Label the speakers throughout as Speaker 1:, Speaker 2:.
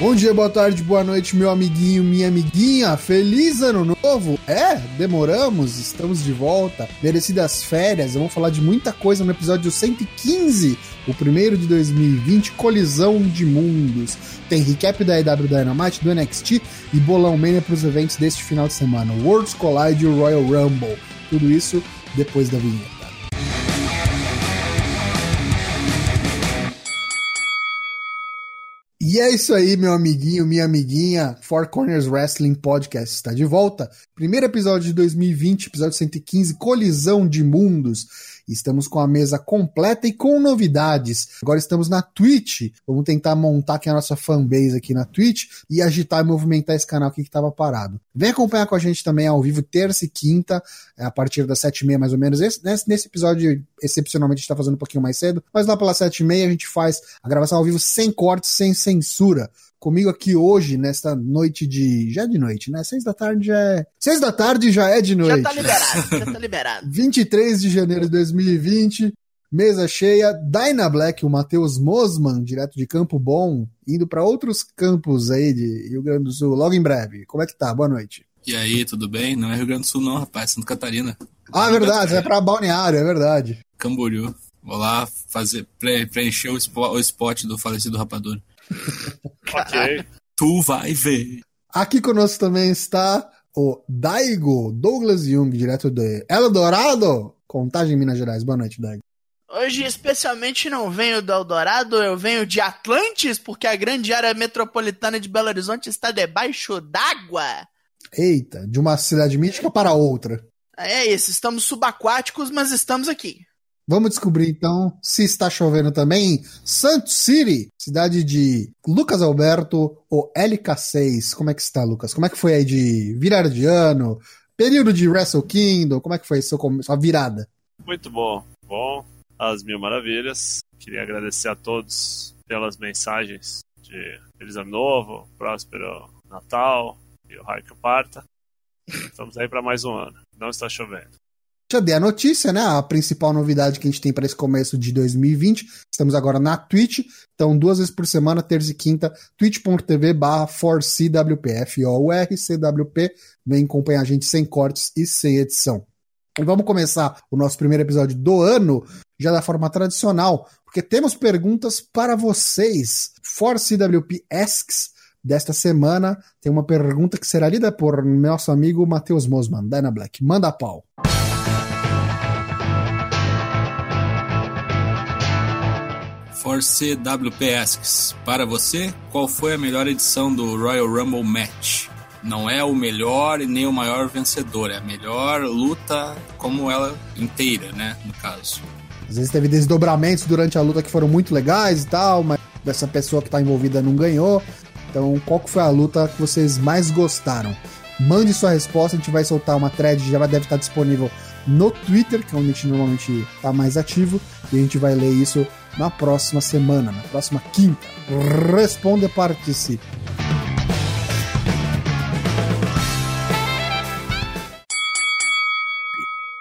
Speaker 1: Bom dia, boa tarde, boa noite, meu amiguinho, minha amiguinha. Feliz ano novo! É, demoramos, estamos de volta. Merecidas férias, vamos falar de muita coisa no episódio 115, o primeiro de 2020, Colisão de Mundos. Tem recap da EW Dynamite, do NXT e Bolão Mania para os eventos deste final de semana: Worlds Collide e Royal Rumble. Tudo isso depois da vinheta. E é isso aí, meu amiguinho, minha amiguinha. Four Corners Wrestling Podcast está de volta. Primeiro episódio de 2020, episódio 115, Colisão de Mundos. Estamos com a mesa completa e com novidades. Agora estamos na Twitch. Vamos tentar montar aqui a nossa fanbase aqui na Twitch e agitar e movimentar esse canal aqui que estava parado. Vem acompanhar com a gente também ao vivo terça e quinta, é, a partir das sete e meia mais ou menos. Esse- nesse, nesse episódio, excepcionalmente, a gente está fazendo um pouquinho mais cedo, mas lá pelas sete e meia a gente faz a gravação ao vivo sem cortes, sem censura. Comigo aqui hoje, nesta noite de. Já é de noite, né? Seis da tarde já é. Seis da tarde já é de noite.
Speaker 2: Já tá liberado, já tá liberado.
Speaker 1: 23 de janeiro de 2020, mesa cheia, Dyna Black, o Matheus Mosman, direto de Campo Bom, indo para outros campos aí de Rio Grande do Sul, logo em breve. Como é que tá? Boa noite.
Speaker 3: E aí, tudo bem? Não é Rio Grande do Sul, não, rapaz. Santa Catarina.
Speaker 1: Ah, verdade, é para Balneário, é verdade.
Speaker 3: Camboriú. Vou lá fazer, pre- preencher o, spo, o spot do falecido rapador.
Speaker 4: Ok.
Speaker 3: Tu vai ver.
Speaker 1: Aqui conosco também está o Daigo Douglas Jung, direto de El Dorado, Contagem, Minas Gerais. Boa noite, Daigo.
Speaker 2: Hoje, especialmente, não venho do Eldorado, eu venho de Atlantis, porque a grande área metropolitana de Belo Horizonte está debaixo d'água.
Speaker 1: Eita, de uma cidade mítica para outra.
Speaker 2: É isso, estamos subaquáticos, mas estamos aqui.
Speaker 1: Vamos descobrir então se está chovendo também em Santos City, cidade de Lucas Alberto ou LK6. Como é que está, Lucas? Como é que foi aí de virar de ano? Período de Wrestle Kingdom? Como é que foi seu come- sua virada?
Speaker 4: Muito bom. Bom, as mil maravilhas. Queria agradecer a todos pelas mensagens de Feliz Ano Novo, Próspero Natal e o raio que o parta. Estamos aí para mais um ano. Não está chovendo.
Speaker 1: Já dei a notícia, né? A principal novidade que a gente tem para esse começo de 2020. Estamos agora na Twitch. Então, duas vezes por semana, terça e quinta, twitch.tv barra forcwpf, o RCWP. Vem acompanhar a gente sem cortes e sem edição. E vamos começar o nosso primeiro episódio do ano, já da forma tradicional, porque temos perguntas para vocês. ForceWP Asks desta semana tem uma pergunta que será lida por nosso amigo Matheus Mosman, Dana Black. Manda pau.
Speaker 3: Force WP Asks. Para você, qual foi a melhor edição do Royal Rumble Match? Não é o melhor e nem o maior vencedor. É a melhor luta como ela inteira, né? No caso.
Speaker 1: Às vezes teve desdobramentos durante a luta que foram muito legais e tal, mas essa pessoa que tá envolvida não ganhou. Então, qual que foi a luta que vocês mais gostaram? Mande sua resposta, a gente vai soltar uma thread, já vai- deve estar disponível no Twitter, que é onde a gente normalmente tá mais ativo, e a gente vai ler isso na próxima semana, na próxima quinta. Responda, participe.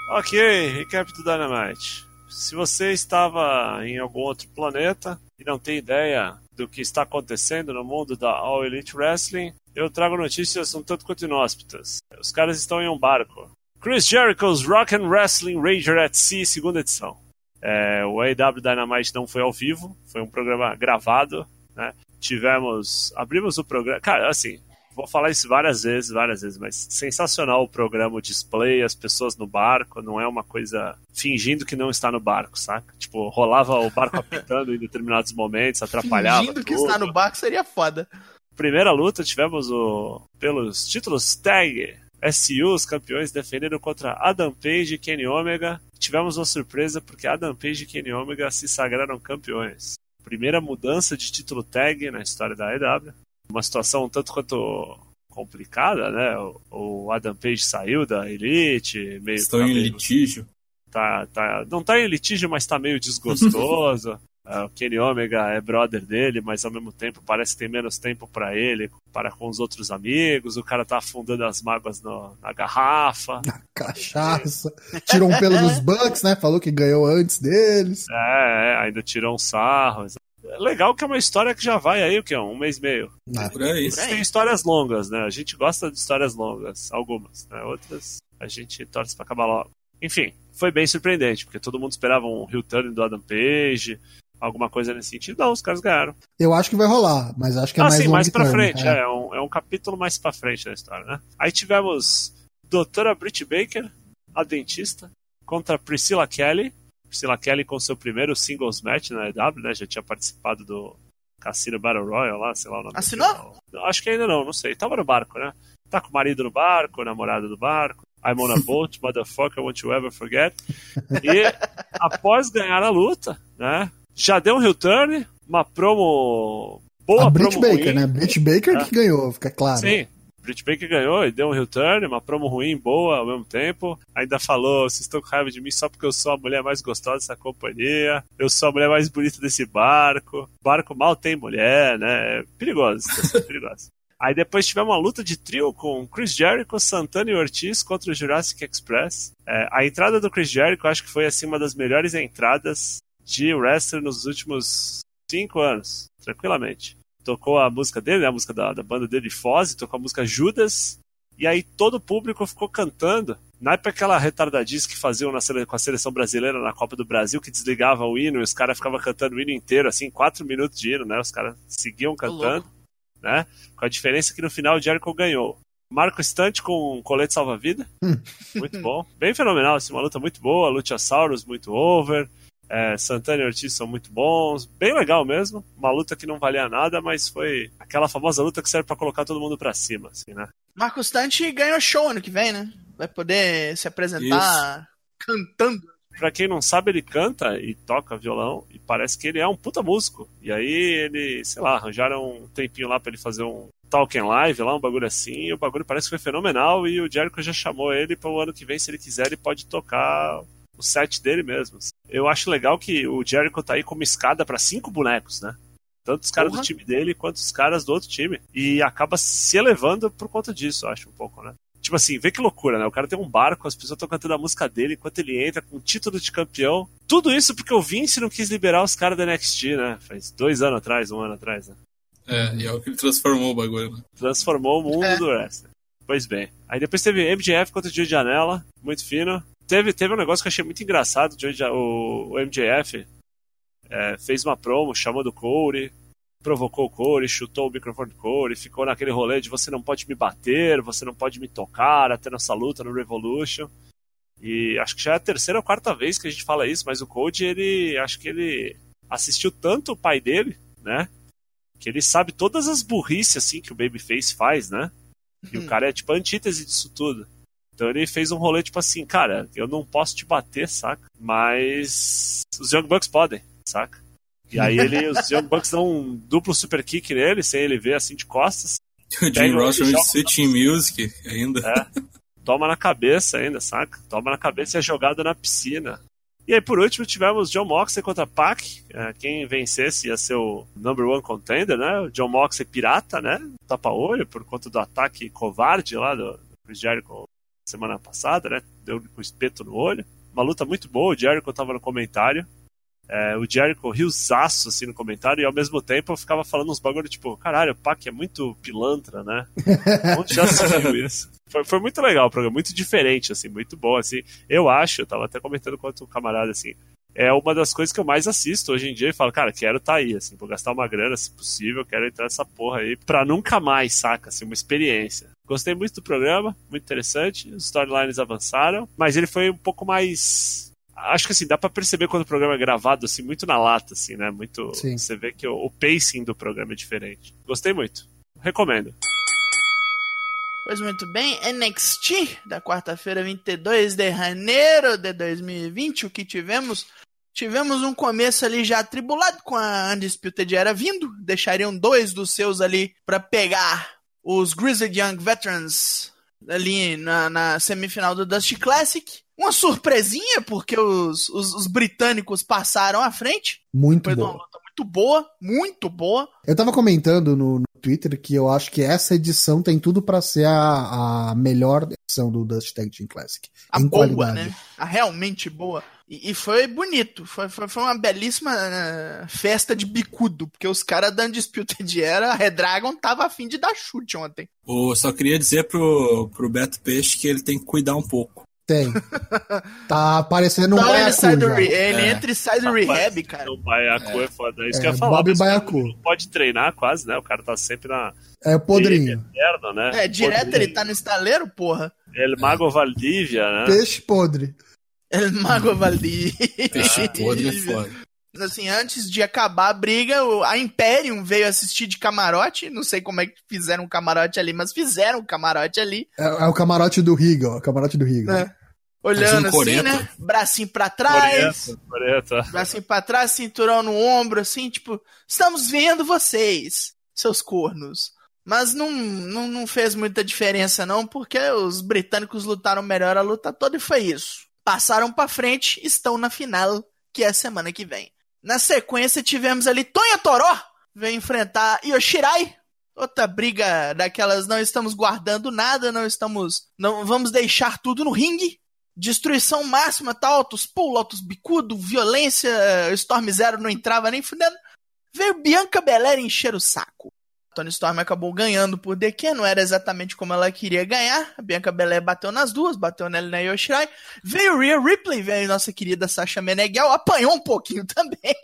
Speaker 4: Ok, recap do Dynamite. Se você estava em algum outro planeta e não tem ideia do que está acontecendo no mundo da All Elite Wrestling, eu trago notícias um tanto quanto inóspitas. Os caras estão em um barco. Chris Jericho's Rock and Wrestling Ranger at Sea, segunda edição. É, o AEW Dynamite não foi ao vivo, foi um programa gravado, né? Tivemos, abrimos o programa, cara, assim, vou falar isso várias vezes, várias vezes, mas sensacional o programa, o display, as pessoas no barco, não é uma coisa fingindo que não está no barco, saca? Tipo, rolava o barco apitando em determinados momentos, atrapalhava.
Speaker 2: Fingindo que
Speaker 4: tudo
Speaker 2: está no barco seria foda.
Speaker 4: primeira luta tivemos o pelos títulos tag SU, os campeões defendendo contra Adam Page e Kenny Omega. Tivemos uma surpresa porque Adam Page e Kenny Omega se sagraram campeões. Primeira mudança de título tag na história da AEW. Uma situação um tanto quanto complicada, né? O, o Adam Page saiu da Elite, meio
Speaker 3: Estão em um,
Speaker 4: cabelo-
Speaker 3: litígio.
Speaker 4: tá, tá, não tá em litígio, mas tá meio desgostoso. Ah, o Kenny Omega é brother dele, mas ao mesmo tempo parece que tem menos tempo pra ele, para com os outros amigos. O cara tá afundando as mágoas no- na garrafa.
Speaker 1: Cachaça. Tirou um pelo dos Bucks, né? Falou que ganhou antes deles.
Speaker 4: É, é, ainda tirou um sarro. legal que é uma história que já vai aí, o que é? Um mês e meio.
Speaker 1: Ah,
Speaker 3: Por aí.
Speaker 2: Por aí.
Speaker 4: Existem histórias longas, né? A gente gosta de histórias longas, algumas, né? Outras a gente torce pra acabar logo. Enfim, foi bem surpreendente, porque todo mundo esperava um heel turn do Adam Page, alguma coisa nesse sentido. Não, os caras ganharam.
Speaker 1: Eu acho que vai rolar, mas acho que é
Speaker 4: ah,
Speaker 1: mais
Speaker 4: sim,
Speaker 1: long
Speaker 4: mais pra
Speaker 1: term,
Speaker 4: frente,
Speaker 1: é.
Speaker 4: é. é um, é um capítulo mais pra frente da história, né? Aí tivemos Doutora Britt Baker, a dentista, contra Priscilla Kelly. Priscilla Kelly com seu primeiro singles match na EW, né? Já tinha participado do Cassino Battle Royal lá, sei lá o nome.
Speaker 2: Assinou?
Speaker 4: daquele- Acho que ainda não, não sei. Tava no barco, né? Tá com o marido no barco, namorada no barco. I'm on a boat, motherfucker, won't you ever forget. E após ganhar a luta, né? Já deu um heel turn, uma promo. Boa
Speaker 1: a
Speaker 4: promo
Speaker 1: Britt Baker,
Speaker 4: ruim.
Speaker 1: né? Britt Baker
Speaker 4: É.
Speaker 1: que ganhou, fica claro.
Speaker 4: Sim. Britt Baker ganhou e deu um return, uma promo ruim, boa ao mesmo tempo. Ainda falou: vocês estão com raiva de mim só porque eu sou a mulher mais gostosa dessa companhia, eu sou a mulher mais bonita desse barco. Barco mal tem mulher, né? É perigoso, tá sendo perigoso. Aí depois tivemos uma luta de trio com Chris Jericho, Santana e Ortiz contra o Jurassic Express. É, a entrada do Chris Jericho acho que foi assim, uma das melhores entradas de wrestler nos últimos cinco anos, tranquilamente tocou a música dele, né, a música da, da banda dele, Foz, tocou a música Judas, e aí todo o público ficou cantando. Na época aquela retardadice que faziam na sele- com a seleção brasileira na Copa do Brasil, que desligava o hino e os caras ficavam cantando o hino inteiro, assim, quatro minutos de hino, né? Os caras seguiam cantando, né? Com a diferença que no final o Jericho ganhou. Marco Estante com um colete salva-vida.
Speaker 1: Hum.
Speaker 4: Muito bom. Bem fenomenal, assim, uma luta muito boa. Luchasaurus muito over. É, Santana e Ortiz são muito bons, bem legal mesmo. Uma luta que não valia nada, mas foi aquela famosa luta que serve pra colocar todo mundo pra cima, assim, né?
Speaker 2: Marco Stante ganha show ano que vem, né? Vai poder se apresentar cantando.
Speaker 4: Pra quem não sabe, ele canta e toca violão e parece que ele é um puta músico. E aí ele, sei lá, arranjaram um tempinho lá pra ele fazer um talk and live lá, um bagulho assim, e o bagulho parece que foi fenomenal e o Jericho já chamou ele para o ano que vem, se ele quiser, ele pode tocar o set dele mesmo. assim. Eu acho legal que o Jericho tá aí como escada pra cinco bonecos, né? Tanto os caras do
Speaker 2: Porra.
Speaker 4: time dele quanto os caras do outro time. E acaba se elevando por conta disso, eu acho, um pouco, né? Tipo assim, vê que loucura, né? O cara tem um barco, as pessoas estão cantando a música dele enquanto ele entra com o título de campeão. Tudo isso porque o Vince não quis liberar os caras da NXT, né? Faz dois anos atrás, um ano atrás, né?
Speaker 3: É, e é o que ele transformou o bagulho. né?
Speaker 4: Transformou o mundo
Speaker 2: É.
Speaker 4: do wrestling. Pois bem. Aí depois teve MJF contra o Joey Janela, muito fino. Teve, teve um negócio que eu achei muito engraçado, o, Joey Ja- o, o MJF é, fez uma promo, chamou do Corey, provocou o Corey, chutou o microfone do Corey, ficou naquele rolê de você não pode me bater, você não pode me tocar, até nossa luta no Revolution. E acho que já é a terceira ou quarta vez que a gente fala isso, mas o Cody, ele, acho que ele assistiu tanto o pai dele, né? Que ele sabe todas as burrices assim que o Babyface faz, né? E o cara é tipo a antítese disso tudo. Então ele fez um rolê tipo assim, cara, eu não posso te bater, saca? Mas os Young Bucks podem, saca? E aí ele, os Young Bucks dão um duplo super kick nele, sem ele ver assim de costas.
Speaker 3: O Jim
Speaker 4: Pega o
Speaker 3: Ross
Speaker 4: jogo.
Speaker 3: de Switch Music ainda.
Speaker 4: É. toma na cabeça ainda, saca? Toma na cabeça e é jogado na piscina. E aí, por último, tivemos John Moxley contra Pac. É, quem vencesse ia ser o number one contender, né? O John Moxley pirata, né? Tapa-olho por conta do ataque covarde lá do, do Chris Jericho semana passada, né? Deu com o espeto no olho. Uma luta muito boa, o Jericho tava no comentário. É, o Jericho riozaço, assim, no comentário, e ao mesmo tempo eu ficava falando uns bagulho, tipo, caralho, o Pac é muito pilantra, né? Onde já se viu isso? Foi, foi muito legal o programa, muito diferente, assim, muito bom, assim. Eu acho, eu tava até comentando com outro camarada, assim, é uma das coisas que eu mais assisto hoje em dia e falo, cara, quero tá aí, assim, vou gastar uma grana, se possível, quero entrar nessa porra aí pra nunca mais, saca, assim, uma experiência. Gostei muito do programa, muito interessante, os storylines avançaram, mas ele foi um pouco mais... Acho que assim, dá pra perceber quando o programa é gravado, assim, muito na lata, assim, né, muito...
Speaker 1: Sim.
Speaker 4: Você vê que o, o pacing do programa é diferente. Gostei muito. Recomendo.
Speaker 2: Pois muito bem, NXT da quarta-feira 22 de janeiro de 2020, o que tivemos? Tivemos um começo ali já atribulado com a Undisputed Era vindo, deixariam dois dos seus ali pra pegar os Grizzled Young Veterans ali na, na semifinal do Dusty Classic. Uma surpresinha, porque os, os- os britânicos passaram à frente.
Speaker 1: Muito
Speaker 2: Foi uma
Speaker 1: bom.
Speaker 2: luta muito boa, muito boa.
Speaker 1: Eu tava comentando no, no Twitter que eu acho que essa edição tem tudo pra ser a, a melhor edição do Dust Tag Team Classic.
Speaker 2: A
Speaker 1: em
Speaker 2: boa,
Speaker 1: qualidade.
Speaker 2: né? A realmente boa. E, e foi bonito. Foi, foi, foi uma belíssima eh, festa de bicudo, porque os caras dando disputed era, a Redragon tava afim de dar chute ontem.
Speaker 3: Eu só queria dizer pro, pro Beto Peixe que ele tem que cuidar um pouco.
Speaker 1: Tem. Tá aparecendo um
Speaker 2: Então ele sai do re-
Speaker 1: baiacu já.
Speaker 2: ele
Speaker 3: É.
Speaker 2: entra e sai do
Speaker 4: Rapaz,
Speaker 2: rehab, cara.
Speaker 4: O Baiacu é, foda, é isso
Speaker 1: É,
Speaker 4: que eu ia falar.
Speaker 1: Bob
Speaker 4: mas
Speaker 1: Baiacu.
Speaker 4: não Pode treinar quase, né? O cara tá sempre na
Speaker 1: É o podrinho.
Speaker 4: eterna, né?
Speaker 2: É, direto ele tá no estaleiro, porra.
Speaker 4: Ele é Mago Valdívia, né?
Speaker 1: Peixe podre.
Speaker 2: El É, Mago Valdir.
Speaker 3: Peixe podre é foda.
Speaker 2: Assim, antes de acabar a briga, o- a Imperium veio assistir de camarote. Não sei como é que fizeram o camarote ali, mas fizeram o camarote ali.
Speaker 1: É, é o camarote do Riga, ó. Camarote do Riga.
Speaker 4: É.
Speaker 2: Né? Olhando
Speaker 3: Fazendo
Speaker 2: assim, né?
Speaker 3: coreta.
Speaker 2: Bracinho pra trás.
Speaker 4: Coreta, Coreta.
Speaker 2: Bracinho pra trás, cinturão no ombro, assim, tipo, estamos vendo vocês, seus cornos. Mas não, não, não fez muita diferença, não, porque os britânicos lutaram melhor a luta toda e foi isso. Passaram pra frente, estão na final, que é semana que vem. Na sequência, tivemos ali Tonha Toró, vem enfrentar Yoshirai. Outra briga daquelas, não estamos guardando nada, não estamos. não Vamos deixar tudo no ringue. Destruição máxima, tá? Altos pulos, altos bicudo, violência, Storm Zero não entrava nem fudendo. Veio Bianca Belair encher o saco. Tony Storm acabou ganhando por DQ, não era exatamente como ela queria ganhar. A Bianca Belair bateu nas duas, bateu nela e na Yoshirai. Veio Rhea Ripley, veio nossa querida Sasha Meneghel, apanhou um pouquinho também.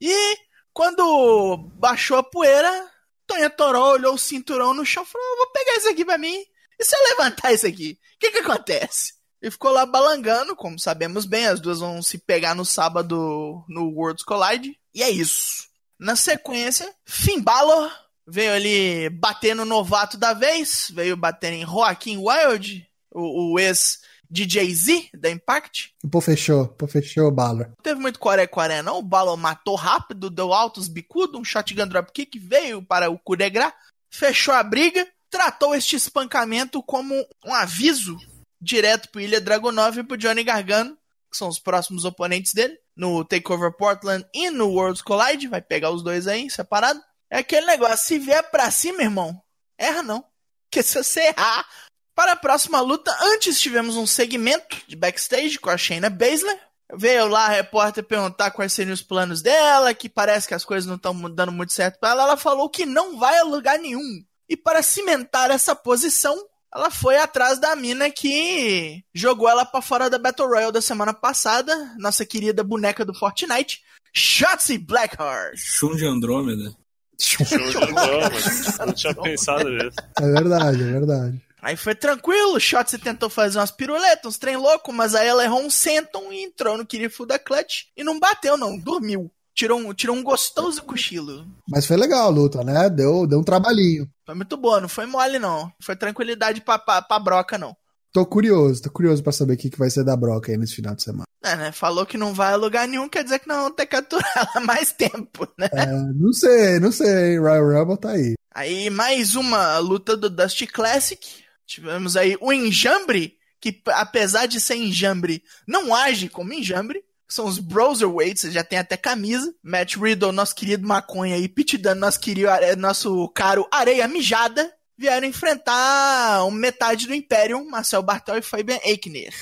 Speaker 2: E quando baixou a poeira, Tonha Toró olhou o cinturão no chão e falou: "Eu vou pegar isso aqui pra mim. E se eu levantar isso aqui? O que que acontece? E ficou lá balangando, como sabemos bem, as duas vão se pegar no sábado no Worlds Collide. E é isso. Na sequência, Finn Balor veio ali bater no novato da vez, veio bater em Joaquim Wild, o, o ex DJ Z da Impact.
Speaker 1: Pô, fechou. Pô, fechou o Balor.
Speaker 2: Não teve muito coré-coré não, o Balor matou rápido, deu altos bicudo, um shotgun dropkick, veio para o Curegrá, fechou a briga, tratou este espancamento como um aviso direto pro Ilha Dragunov e pro Johnny Gargano, que são os próximos oponentes dele, no Takeover Portland e no Worlds Collide, vai pegar os dois aí, separado. É aquele negócio, se vier pra cima, irmão, erra não. Porque se você errar, para a próxima luta, antes tivemos um segmento de backstage com a Shayna Baszler, veio lá a repórter perguntar quais seriam os planos dela, que parece que as coisas não estão dando muito certo pra ela, ela falou que não vai a lugar nenhum. E para cimentar essa posição, ela foi atrás da mina que jogou ela pra fora da Battle Royale da semana passada, nossa querida boneca do Fortnite, Shotzi Blackheart.
Speaker 3: Chum de Andrômeda.
Speaker 4: Show de bola, mano. Não tinha pensado nisso.
Speaker 1: É verdade, é verdade.
Speaker 2: Aí foi tranquilo, o Shotzi tentou fazer umas piruletas, uns trem louco, mas aí ela errou um senton e entrou no Kirifu da Clutch e não bateu não, dormiu. Tirou um, tirou um gostoso cochilo.
Speaker 1: Mas foi legal a luta, né? Deu, deu um trabalhinho.
Speaker 2: Foi muito boa, não foi mole, não. Foi tranquilidade pra, pra, pra broca, não.
Speaker 1: Tô curioso, tô curioso pra saber o que, que vai ser da Broca aí nesse final de semana.
Speaker 2: É, né? Falou que não vai a lugar nenhum, quer dizer que não vão ter que aturar ela mais tempo, né?
Speaker 1: É, não sei, não sei. Royal Rumble tá aí.
Speaker 2: Aí, mais uma luta do Dust Classic. Tivemos aí o Enjambre, que p- apesar de ser Enjambre, não age como Enjambre. São os Browserweights, já tem até camisa. Matt Riddle, nosso querido maconha, e Pete Dunne, nosso, querido, are- nosso caro Areia Mijada, vieram enfrentar um metade do Imperium, Marcel Bartel e Fabian Eichner.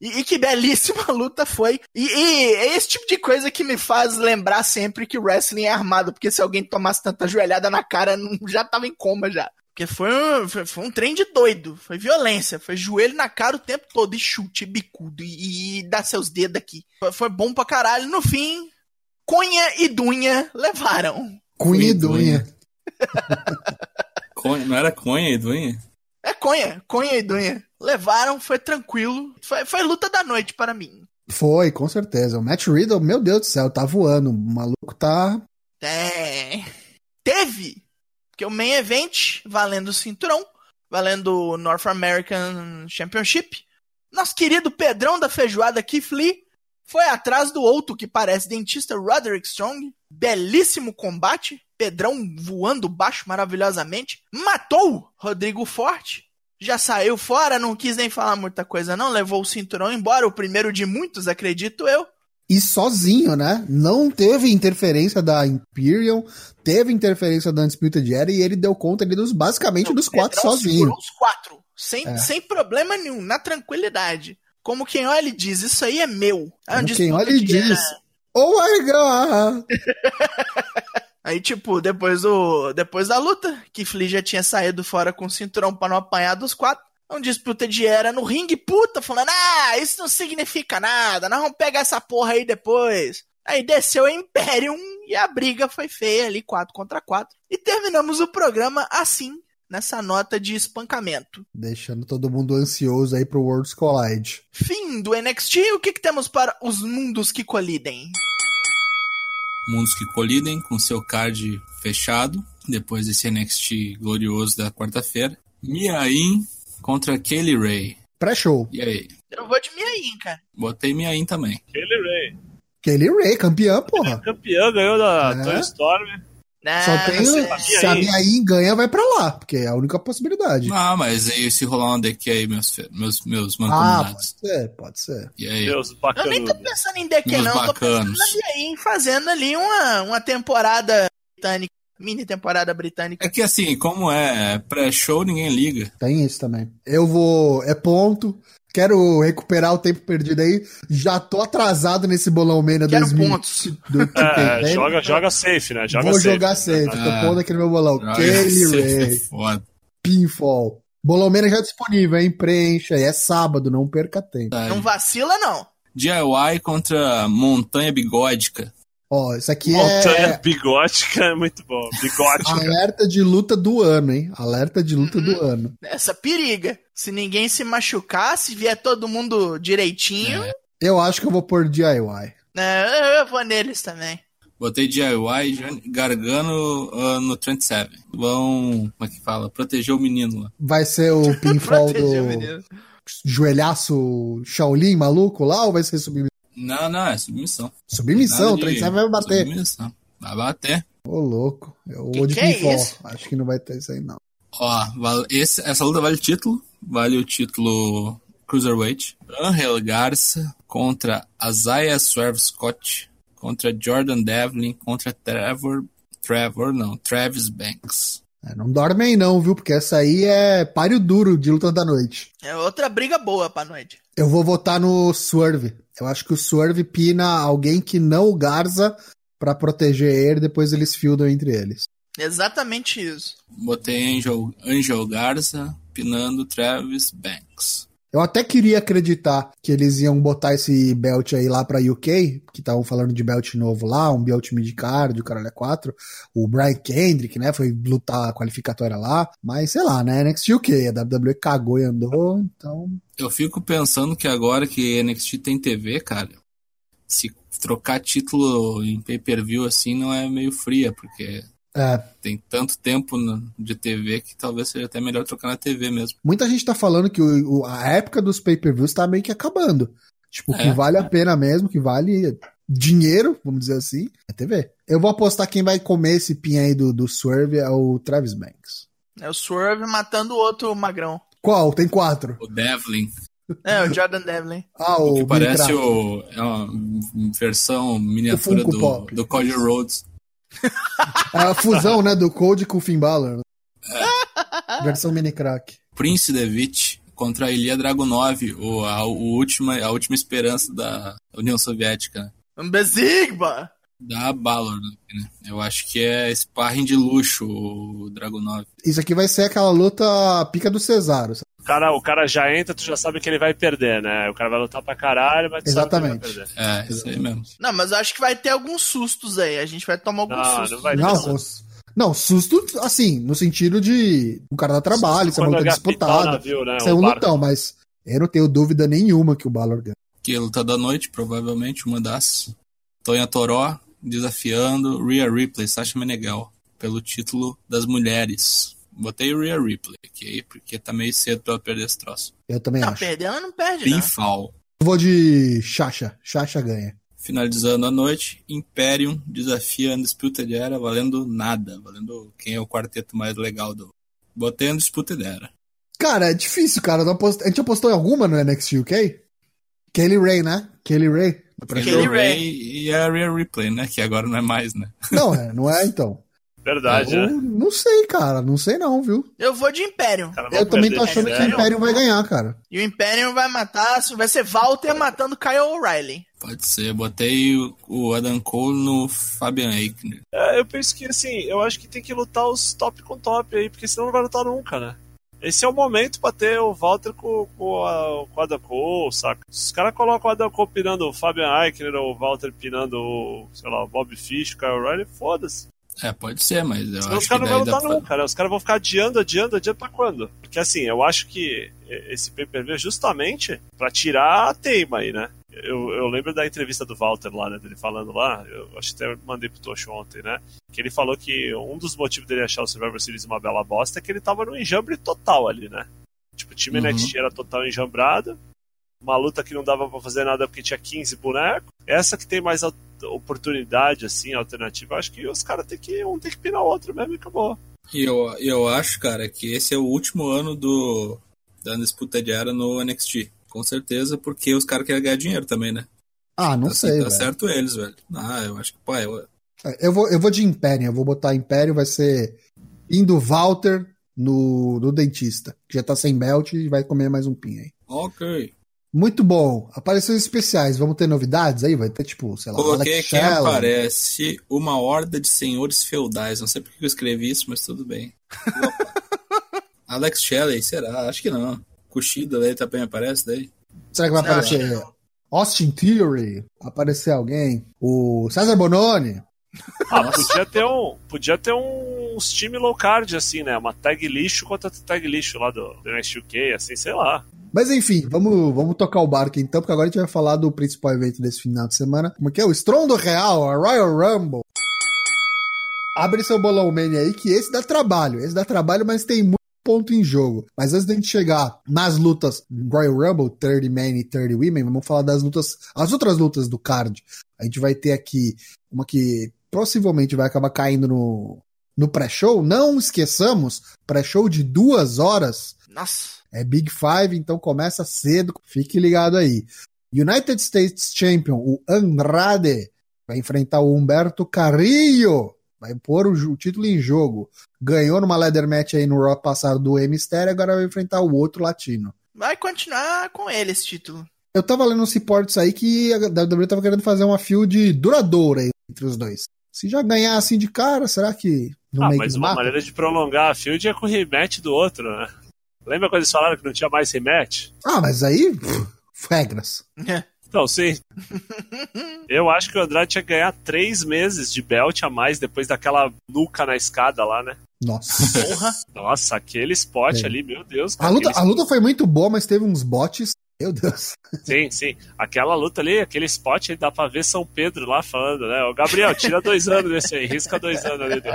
Speaker 2: E, e que belíssima luta foi. E, e é esse tipo de coisa que me faz lembrar sempre que o wrestling é armado, porque se alguém tomasse tanta joelhada na cara, não- já tava em coma já. Porque foi um, foi, foi um trem de doido, foi violência, foi joelho na cara o tempo todo, e chute, e bicudo, e, e dar seus dedos aqui. Foi, foi bom pra caralho. No fim, Cunha e Dunha levaram.
Speaker 1: Cunha e Dunha.
Speaker 3: Conha- não era Conha e Duinha?
Speaker 2: É Cunha, Cunha e Dunha. Levaram, foi tranquilo. Foi, foi luta da noite para mim.
Speaker 1: Foi, com certeza. O Matt Riddle, meu Deus do céu, tá voando. O maluco tá.
Speaker 2: É. Teve! Porque o main event, valendo o cinturão, valendo o North American Championship, nosso querido Pedrão da Feijoada Keith Lee foi atrás do outro que parece dentista Roderick Strong. Belíssimo combate. Pedrão voando baixo maravilhosamente. Matou Rodrigo Forte. Já saiu fora, não quis nem falar muita coisa, não. Levou o cinturão embora, o primeiro de muitos, acredito eu.
Speaker 1: e sozinho, né? Não teve interferência da Imperium, teve interferência da Undisputed Era e ele deu conta ali dos basicamente
Speaker 2: Não, é
Speaker 1: dos
Speaker 2: o Pedrão
Speaker 1: quatro sozinho.
Speaker 2: segurou Os quatro, sem,
Speaker 1: É.
Speaker 2: sem problema nenhum, na tranquilidade. Como quem olha e diz, isso aí é meu. É
Speaker 1: Como quem
Speaker 2: um disputa
Speaker 1: olha e
Speaker 2: de era.
Speaker 1: diz, oh my god!
Speaker 2: Aí, tipo, depois, do, depois da luta, que Flea já tinha saído fora com o cinturão pra não apanhar dos quatro. Um disputa de era no ringue, puta, falando: Ah, isso não significa nada, nós vamos pegar essa porra aí depois. Aí desceu a Imperium e a briga foi feia ali, quatro contra quatro. E terminamos o programa assim, nessa nota de espancamento.
Speaker 1: Deixando todo mundo ansioso aí pro Worlds Collide.
Speaker 2: Fim do NXT, o que, que temos para os mundos que colidem?
Speaker 3: Mundos que colidem com seu card fechado, depois desse NXT glorioso da quarta-feira. Miaim contra Kelly Ray.
Speaker 1: Pré-show.
Speaker 3: E aí?
Speaker 2: Eu vou de Miaim, cara.
Speaker 3: Botei Miaim também.
Speaker 4: Kelly Ray.
Speaker 1: Kelly Ray, campeã, porra.
Speaker 4: Campeã ganhou da
Speaker 1: É.
Speaker 4: Tony Storm.
Speaker 1: Só
Speaker 2: Ah,
Speaker 1: tem.
Speaker 2: você-
Speaker 1: Se a minha in ganha, vai pra lá, porque é a única possibilidade.
Speaker 3: Ah, mas aí se rolar um deck aí, meus, fe- meus, meus
Speaker 1: Ah,
Speaker 3: mancomunados.
Speaker 1: pode ser, pode ser.
Speaker 3: e aí?
Speaker 4: Deus
Speaker 2: Eu nem tô
Speaker 4: bacanudo.
Speaker 2: pensando em DQ,
Speaker 3: Meus
Speaker 2: não. Eu Tô
Speaker 3: bacanos.
Speaker 2: pensando em fazendo ali uma, uma temporada britânica, mini temporada britânica.
Speaker 3: É que assim, como é pré-show, ninguém liga.
Speaker 1: Tem isso também. Eu vou. É ponto. Quero recuperar o tempo perdido aí. Já tô atrasado nesse bolão Mania
Speaker 2: Quero
Speaker 1: 2000.
Speaker 2: pontos.
Speaker 1: do que
Speaker 4: É,
Speaker 1: tem, né?
Speaker 4: joga, joga safe, né? Joga
Speaker 1: Vou
Speaker 4: safe.
Speaker 1: jogar safe.
Speaker 3: Ah,
Speaker 1: Tô pondo aqui no meu bolão.
Speaker 3: Droga,
Speaker 1: Kelly
Speaker 3: isso é
Speaker 1: Ray,
Speaker 3: Foda.
Speaker 1: Pinfall. Bolão Mania já é disponível, hein? Preencha. E é sábado, não perca tempo.
Speaker 3: Tá aí.
Speaker 2: Não vacila, não.
Speaker 3: DIY contra Montanha Bigódica.
Speaker 1: Ó, isso aqui
Speaker 4: Montanha
Speaker 1: é Ah.
Speaker 4: bigótica é muito bom. Bigótica.
Speaker 1: alerta de luta do ano, hein? Alerta de luta do ano.
Speaker 2: Essa periga. Se ninguém se machucar, se vier todo mundo direitinho,
Speaker 3: É.
Speaker 1: Eu acho que eu vou pôr DIY.
Speaker 2: né, eu- eu vou neles também.
Speaker 3: Botei DIY Jan- Gargano ah, no 37. Vão, como é que fala? Proteger o menino lá.
Speaker 1: Vai ser o pinfall
Speaker 2: Proteger o
Speaker 1: do
Speaker 2: menino.
Speaker 1: joelhaço Shaolin maluco lá ou vai ser submissão?
Speaker 3: Não, não, é submissão.
Speaker 1: Submissão,
Speaker 3: Nada
Speaker 1: o
Speaker 3: de-
Speaker 1: trem sabe, vai bater.
Speaker 3: Submissão. Vai bater.
Speaker 1: Ô, louco. Eu
Speaker 2: Que
Speaker 1: vou de
Speaker 2: que é
Speaker 1: pinfall.
Speaker 2: isso?
Speaker 1: Acho que não vai ter isso aí, não.
Speaker 3: Ó, val- esse- essa luta vale o título. Vale o título Cruiserweight. Angel Garza contra Isaiah Swerve Scott. Contra Jordan Devlin. Contra Trevor. Trevor, não. Travis Banks.
Speaker 1: É, não dorme aí, não, viu? Porque essa aí é páreo duro de luta da noite.
Speaker 2: É outra briga boa pra noite.
Speaker 1: Eu vou votar no Swerve. Eu acho que o Swerve pina alguém que não o Garza pra proteger ele, depois eles fildam entre eles.
Speaker 2: Exatamente isso.
Speaker 3: Botei Angel, Angel Garza pinando Travis Banks.
Speaker 1: Eu até queria acreditar que eles iam botar esse belt aí lá pra UK, que estavam falando de belt novo lá, um belt mid-card, o caralho é 4. O Brian Kendrick, né, foi lutar a qualificatória lá, mas sei lá, né, NXT UK, a WWE cagou e andou, então...
Speaker 3: Eu fico pensando que agora que NXT tem TV, cara, se trocar título em pay-per-view assim não é meio fria, porque
Speaker 1: É,
Speaker 3: tem tanto tempo no- de TV que talvez seja até melhor trocar na TV mesmo.
Speaker 1: muita gente tá falando que o- o- a época dos pay-per-views tá meio que acabando. Tipo, que
Speaker 3: É,
Speaker 1: vale a
Speaker 3: é.
Speaker 1: pena mesmo, que vale dinheiro, vamos dizer assim, é TV. Eu vou apostar quem vai comer esse pin aí do, do Swerve é o Travis Banks.
Speaker 2: É o Swerve matando o outro magrão.
Speaker 1: Qual? Tem quatro.
Speaker 3: O Devlin,
Speaker 2: É, o Jordan Devlin.
Speaker 1: Ah,
Speaker 3: o que
Speaker 1: o Billy
Speaker 3: parece
Speaker 1: Craft.
Speaker 3: o, é uma versão miniatura
Speaker 1: Funko
Speaker 3: do,
Speaker 1: Pop.
Speaker 3: do Cody Rhodes.
Speaker 1: É a fusão, né, do Cold com o Finn Balor.
Speaker 3: É.
Speaker 1: Versão mini crack.
Speaker 3: Prince Devitt contra Ilya Dragunov, o, a, o última, a última esperança da União Soviética. né?
Speaker 2: Um Bezigba!
Speaker 3: Da Balor, né? Eu acho que é sparring de luxo o Dragunov.
Speaker 1: Isso aqui vai ser aquela luta pica do Cesaro. sabe?
Speaker 4: O cara, o cara já entra, tu já sabe que ele vai perder, né? O cara vai lutar pra caralho, mas tu sabe
Speaker 1: Exatamente.
Speaker 4: que ele vai perder.
Speaker 3: É, isso aí mesmo.
Speaker 2: Não, mas eu acho que vai ter alguns sustos aí. A gente vai tomar alguns
Speaker 4: Não,
Speaker 2: sustos.
Speaker 4: não vai
Speaker 1: Não,
Speaker 4: ter.
Speaker 1: os- não, susto, assim, no sentido de o cara dá trabalho, isso é uma
Speaker 4: Quando
Speaker 1: luta
Speaker 4: agapitar o
Speaker 1: disputada.
Speaker 4: navio, né,
Speaker 1: Isso é
Speaker 4: o
Speaker 1: um
Speaker 4: barco.
Speaker 1: lutão, mas eu não tenho dúvida nenhuma que o Balor ganha.
Speaker 3: Que é luta da noite, provavelmente, uma das. Tonha Toró desafiando Rhea Ripley, Sasha Menegal, pelo título das mulheres. Botei Rhea Ripley aqui, porque tá meio cedo pra ela perder esse troço.
Speaker 1: Eu também
Speaker 4: Tá
Speaker 2: Não,
Speaker 1: acho.
Speaker 2: perdendo não perde, não.
Speaker 3: Pinfall.
Speaker 1: Eu vou de Xaxa. Xaxa ganha.
Speaker 3: Finalizando a noite, Imperium desafia Undisputed Era, valendo nada, valendo quem é o quarteto mais legal do. Botei Undisputed Era.
Speaker 1: Cara, é difícil, cara. Não apost- A gente apostou em alguma no NXT UK? Kelly Ray, né? Kelly Ray.
Speaker 2: Kelly
Speaker 3: Kelly Ray e a Rhea Ripley, né? Que agora não é mais, né?
Speaker 1: Não, é, não é então.
Speaker 4: Verdade,
Speaker 1: Eu
Speaker 4: né?
Speaker 1: não sei, cara. Não sei não, viu?
Speaker 2: Eu vou de Império.
Speaker 4: Cara,
Speaker 1: Eu
Speaker 4: vamos
Speaker 1: também
Speaker 4: perder
Speaker 1: tô achando
Speaker 4: esse
Speaker 1: que o
Speaker 4: velho.
Speaker 1: Império vai ganhar, cara.
Speaker 2: E o Império vai matar, vai ser Walter matando Kyle O'Reilly.
Speaker 3: Pode ser. Eu botei o- o Adam Cole no Fabian Eichner.
Speaker 4: É, eu penso que assim, eu acho que tem que lutar os top com top aí, porque senão não vai lutar nunca, né? Esse é o momento pra ter o Walter com, com, a, com a Adam Cole, saca? Se os caras colocam o Adam Cole pinando o Fabian Eichner ou o Walter pinando o, sei lá, o Bob Fish, o Kyle O'Reilly, foda-se.
Speaker 3: É, pode ser, mas eu
Speaker 4: Senão os
Speaker 3: acho que
Speaker 4: caras não
Speaker 3: daí
Speaker 4: vão
Speaker 3: dá
Speaker 4: lutar
Speaker 3: pra...
Speaker 4: nunca, né? Os caras vão ficar adiando, adiando, adiando pra quando? Porque assim, eu acho que esse pay-per-view é justamente pra tirar a teima aí, né? Eu, eu lembro da entrevista do Walter lá, né? Dele falando lá, eu acho que até mandei pro Tocho ontem, né? Que ele falou que um dos motivos dele achar o Survivor Series uma bela bosta é que ele tava no enjambre total ali, né? Tipo, o time
Speaker 3: Uhum.
Speaker 4: NXT era total enjambrado, uma luta que não dava pra fazer nada porque tinha 15 bonecos. Essa que tem mais al- oportunidade, assim, alternativa, acho que os caras tem que um tem que pirar o outro mesmo e acabou.
Speaker 3: E eu, eu acho, cara, que esse é o último ano do da disputa diária no NXT. Com certeza, porque os caras querem ganhar dinheiro também, né?
Speaker 1: Ah, não
Speaker 3: Tá-
Speaker 1: sei,
Speaker 3: Tá
Speaker 1: velho.
Speaker 3: certo eles, velho. Ah, eu acho que, pô, eu,
Speaker 1: Eu vou, eu vou de Império, eu vou botar Império, vai ser indo Walter no, no dentista, que já tá sem belt e vai comer mais um pin aí.
Speaker 3: ok.
Speaker 1: Muito bom. Aparições especiais, vamos ter novidades aí? Vai ter tipo, sei lá,
Speaker 3: Coloquei quem
Speaker 1: Shelley.
Speaker 3: aparece uma horda de senhores feudais. Não sei por que eu escrevi isso, mas tudo bem. Alex Shelley, será? Acho que não. Kushida daí também aparece daí.
Speaker 1: Será que vai
Speaker 2: Não,
Speaker 1: aparecer Austin Theory? Aparecer alguém? O César Bononi?
Speaker 4: Ah,
Speaker 3: Nossa.
Speaker 4: podia ter um. Podia ter um- uns time low card, assim, né? Uma tag lixo contra a tag lixo lá do, do NXT UK, assim, sei lá.
Speaker 1: Mas enfim, vamos, vamos tocar o barco então, porque agora a gente vai falar do principal evento desse final de semana, como que é o Estrondo Real, a Royal Rumble. Abre seu bolão mania aí, que esse dá trabalho. Esse dá trabalho, mas tem muito ponto em jogo. Mas antes da gente chegar nas lutas Royal Rumble, 30 Men e 30 Women, vamos falar das lutas, as outras lutas do card. A gente vai ter aqui uma que possivelmente vai acabar caindo no, no pré-show. Não esqueçamos, pré-show de duas horas.
Speaker 2: Nossa.
Speaker 1: É Big Five, então começa cedo, fique ligado aí. United States Champion, o Andrade, vai enfrentar o Humberto Carrillo, vai pôr o, ju- o título em jogo. Ganhou numa leather match aí no Raw passado do E Mistério, agora vai enfrentar o outro latino.
Speaker 2: Vai continuar com ele esse título.
Speaker 1: Eu tava lendo uns reportes aí que a WWE tava querendo fazer uma feud duradoura aí entre os dois. Se já ganhar assim de cara, será que não
Speaker 4: ah,
Speaker 1: meio que
Speaker 4: mas uma
Speaker 1: mata?
Speaker 4: maneira de prolongar a field é com o rematch do outro, né? Lembra quando eles falaram que não tinha mais rematch?
Speaker 1: Ah, mas aí, pff, regras.
Speaker 4: Então, sim. Eu acho que o Andrade tinha que ganhar três meses de belt a mais depois daquela nuca na escada lá, né?
Speaker 1: Nossa.
Speaker 2: Porra.
Speaker 4: Nossa, aquele spot
Speaker 1: É.
Speaker 4: ali, meu Deus.
Speaker 1: A
Speaker 4: cara,
Speaker 1: luta,
Speaker 4: aquele
Speaker 1: a luta foi muito boa, mas teve uns botes. Meu Deus.
Speaker 4: Sim, sim. Aquela luta ali, aquele spot, aí dá pra ver São Pedro lá falando, né? Ô, Gabriel, tira dois anos desse aí, risca dois anos ali do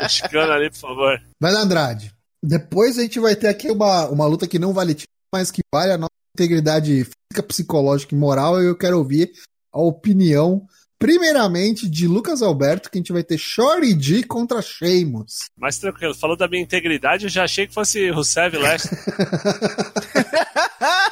Speaker 4: mexicano ali, por favor.
Speaker 1: Vai lá, Andrade. Depois a gente vai ter aqui uma, uma luta que não vale título, mas que vale a nossa integridade física, psicológica e moral. E eu quero ouvir a opinião, primeiramente, de Lucas Alberto, que a gente vai ter Shory D contra Sheamus.
Speaker 4: Mas tranquilo, falou da minha integridade, eu já achei que fosse Rusev Leste.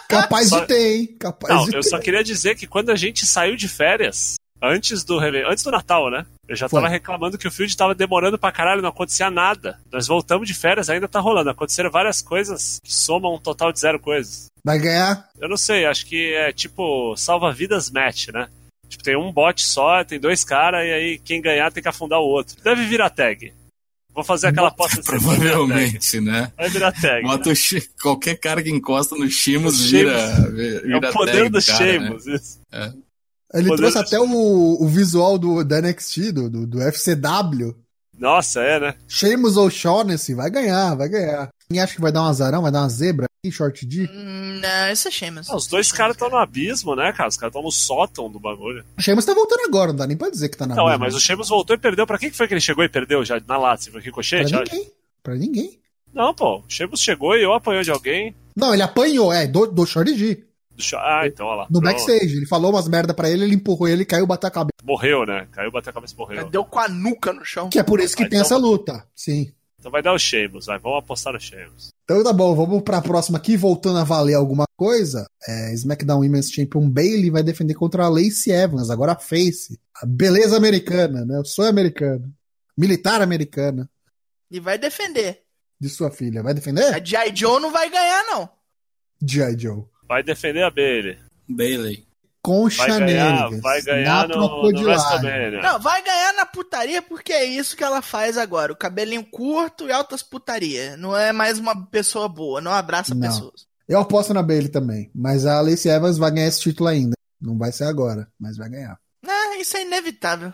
Speaker 1: Capaz
Speaker 4: Só-
Speaker 1: de ter, hein? Capaz
Speaker 4: Não,
Speaker 1: de
Speaker 4: eu
Speaker 1: ter.
Speaker 4: só queria dizer que quando a gente saiu de férias, antes do rele- antes do Natal, né? Eu já
Speaker 1: Foi.
Speaker 4: tava reclamando que o Field tava demorando pra caralho, não acontecia nada. Nós voltamos de férias, ainda tá rolando. Aconteceram várias coisas que somam um total de zero coisas.
Speaker 1: Vai ganhar?
Speaker 4: Eu não sei, acho que é tipo salva-vidas match, né? Tipo, tem um bot só, tem dois caras, e aí quem ganhar tem que afundar o outro. Deve virar tag. Vou fazer aquela aposta assim.
Speaker 3: Provavelmente, né?
Speaker 4: Vai virar tag. Vai virar tag.
Speaker 3: Bota o Shi- qualquer cara que encosta no Shimos
Speaker 4: O
Speaker 3: vira, vi- vira
Speaker 4: é o poder
Speaker 3: tag
Speaker 4: dos
Speaker 3: cara, né?
Speaker 4: Sheamus. isso.
Speaker 1: Ele
Speaker 4: Poder-
Speaker 1: trouxe até o, o visual do, da NXT, do, do, do FCW.
Speaker 4: Nossa, é, né?
Speaker 1: Sheamus ou Shaughnessy, vai ganhar, vai ganhar. Quem acha que vai dar um azarão, vai dar uma zebra? Em short D?
Speaker 2: Hum, Não, isso é Sheamus.
Speaker 4: Ah, os dois caras estão no abismo, né, cara? Os caras estão no sótão do bagulho.
Speaker 1: O Sheamus tá voltando agora, não dá nem pra dizer que tá na
Speaker 4: Não, é,
Speaker 1: mesma.
Speaker 4: mas o Sheamus voltou e perdeu. Pra quem que foi que ele chegou e perdeu já na lata? Foi o Ricochete?
Speaker 1: Pra
Speaker 4: acho?
Speaker 1: ninguém. Pra ninguém.
Speaker 4: Não, pô. O Sheamus chegou e eu apanhou de alguém.
Speaker 1: Não, ele apanhou, é, do, do Shorty G.
Speaker 4: Do Sha- Ah, então, olha lá.
Speaker 1: No
Speaker 4: Pronto.
Speaker 1: backstage. Ele falou umas merda pra ele, ele empurrou ele, caiu, bateu a cabeça.
Speaker 4: Morreu, né? Caiu, bateu a cabeça e morreu.
Speaker 2: Deu com a nuca no chão.
Speaker 1: Que é por isso que
Speaker 4: Ah,
Speaker 1: tem
Speaker 4: então-
Speaker 1: essa luta. Sim.
Speaker 4: Então vai dar o Sheamus, vai. Vamos apostar no Sheamus.
Speaker 1: Então tá bom, vamos pra próxima aqui, voltando a valer alguma coisa. É, SmackDown Women's Champion Bailey vai defender contra a Lacey Evans, agora a Face. A beleza americana, né? O sonho americano. Militar americana
Speaker 2: E vai defender.
Speaker 1: de sua filha. Vai
Speaker 2: A
Speaker 1: defender?
Speaker 2: G.I. Joe não vai ganhar, não.
Speaker 1: G.I. Joe.
Speaker 4: Vai defender a Bailey.
Speaker 3: Bailey.
Speaker 1: Com
Speaker 4: Vai ganhar,
Speaker 1: shenanigans,
Speaker 4: vai ganhar
Speaker 1: na
Speaker 4: no, no
Speaker 1: crocodilagem.
Speaker 4: WrestleMania.
Speaker 2: Não, vai ganhar na putaria porque é isso que ela faz agora. O cabelinho curto e altas putaria. Não é mais uma pessoa boa, não abraça
Speaker 1: Não.
Speaker 2: pessoas.
Speaker 1: Eu aposto na Bailey também, mas a Lacey Evans vai ganhar esse título ainda. Não vai ser agora, mas vai ganhar.
Speaker 2: Ah, isso é inevitável.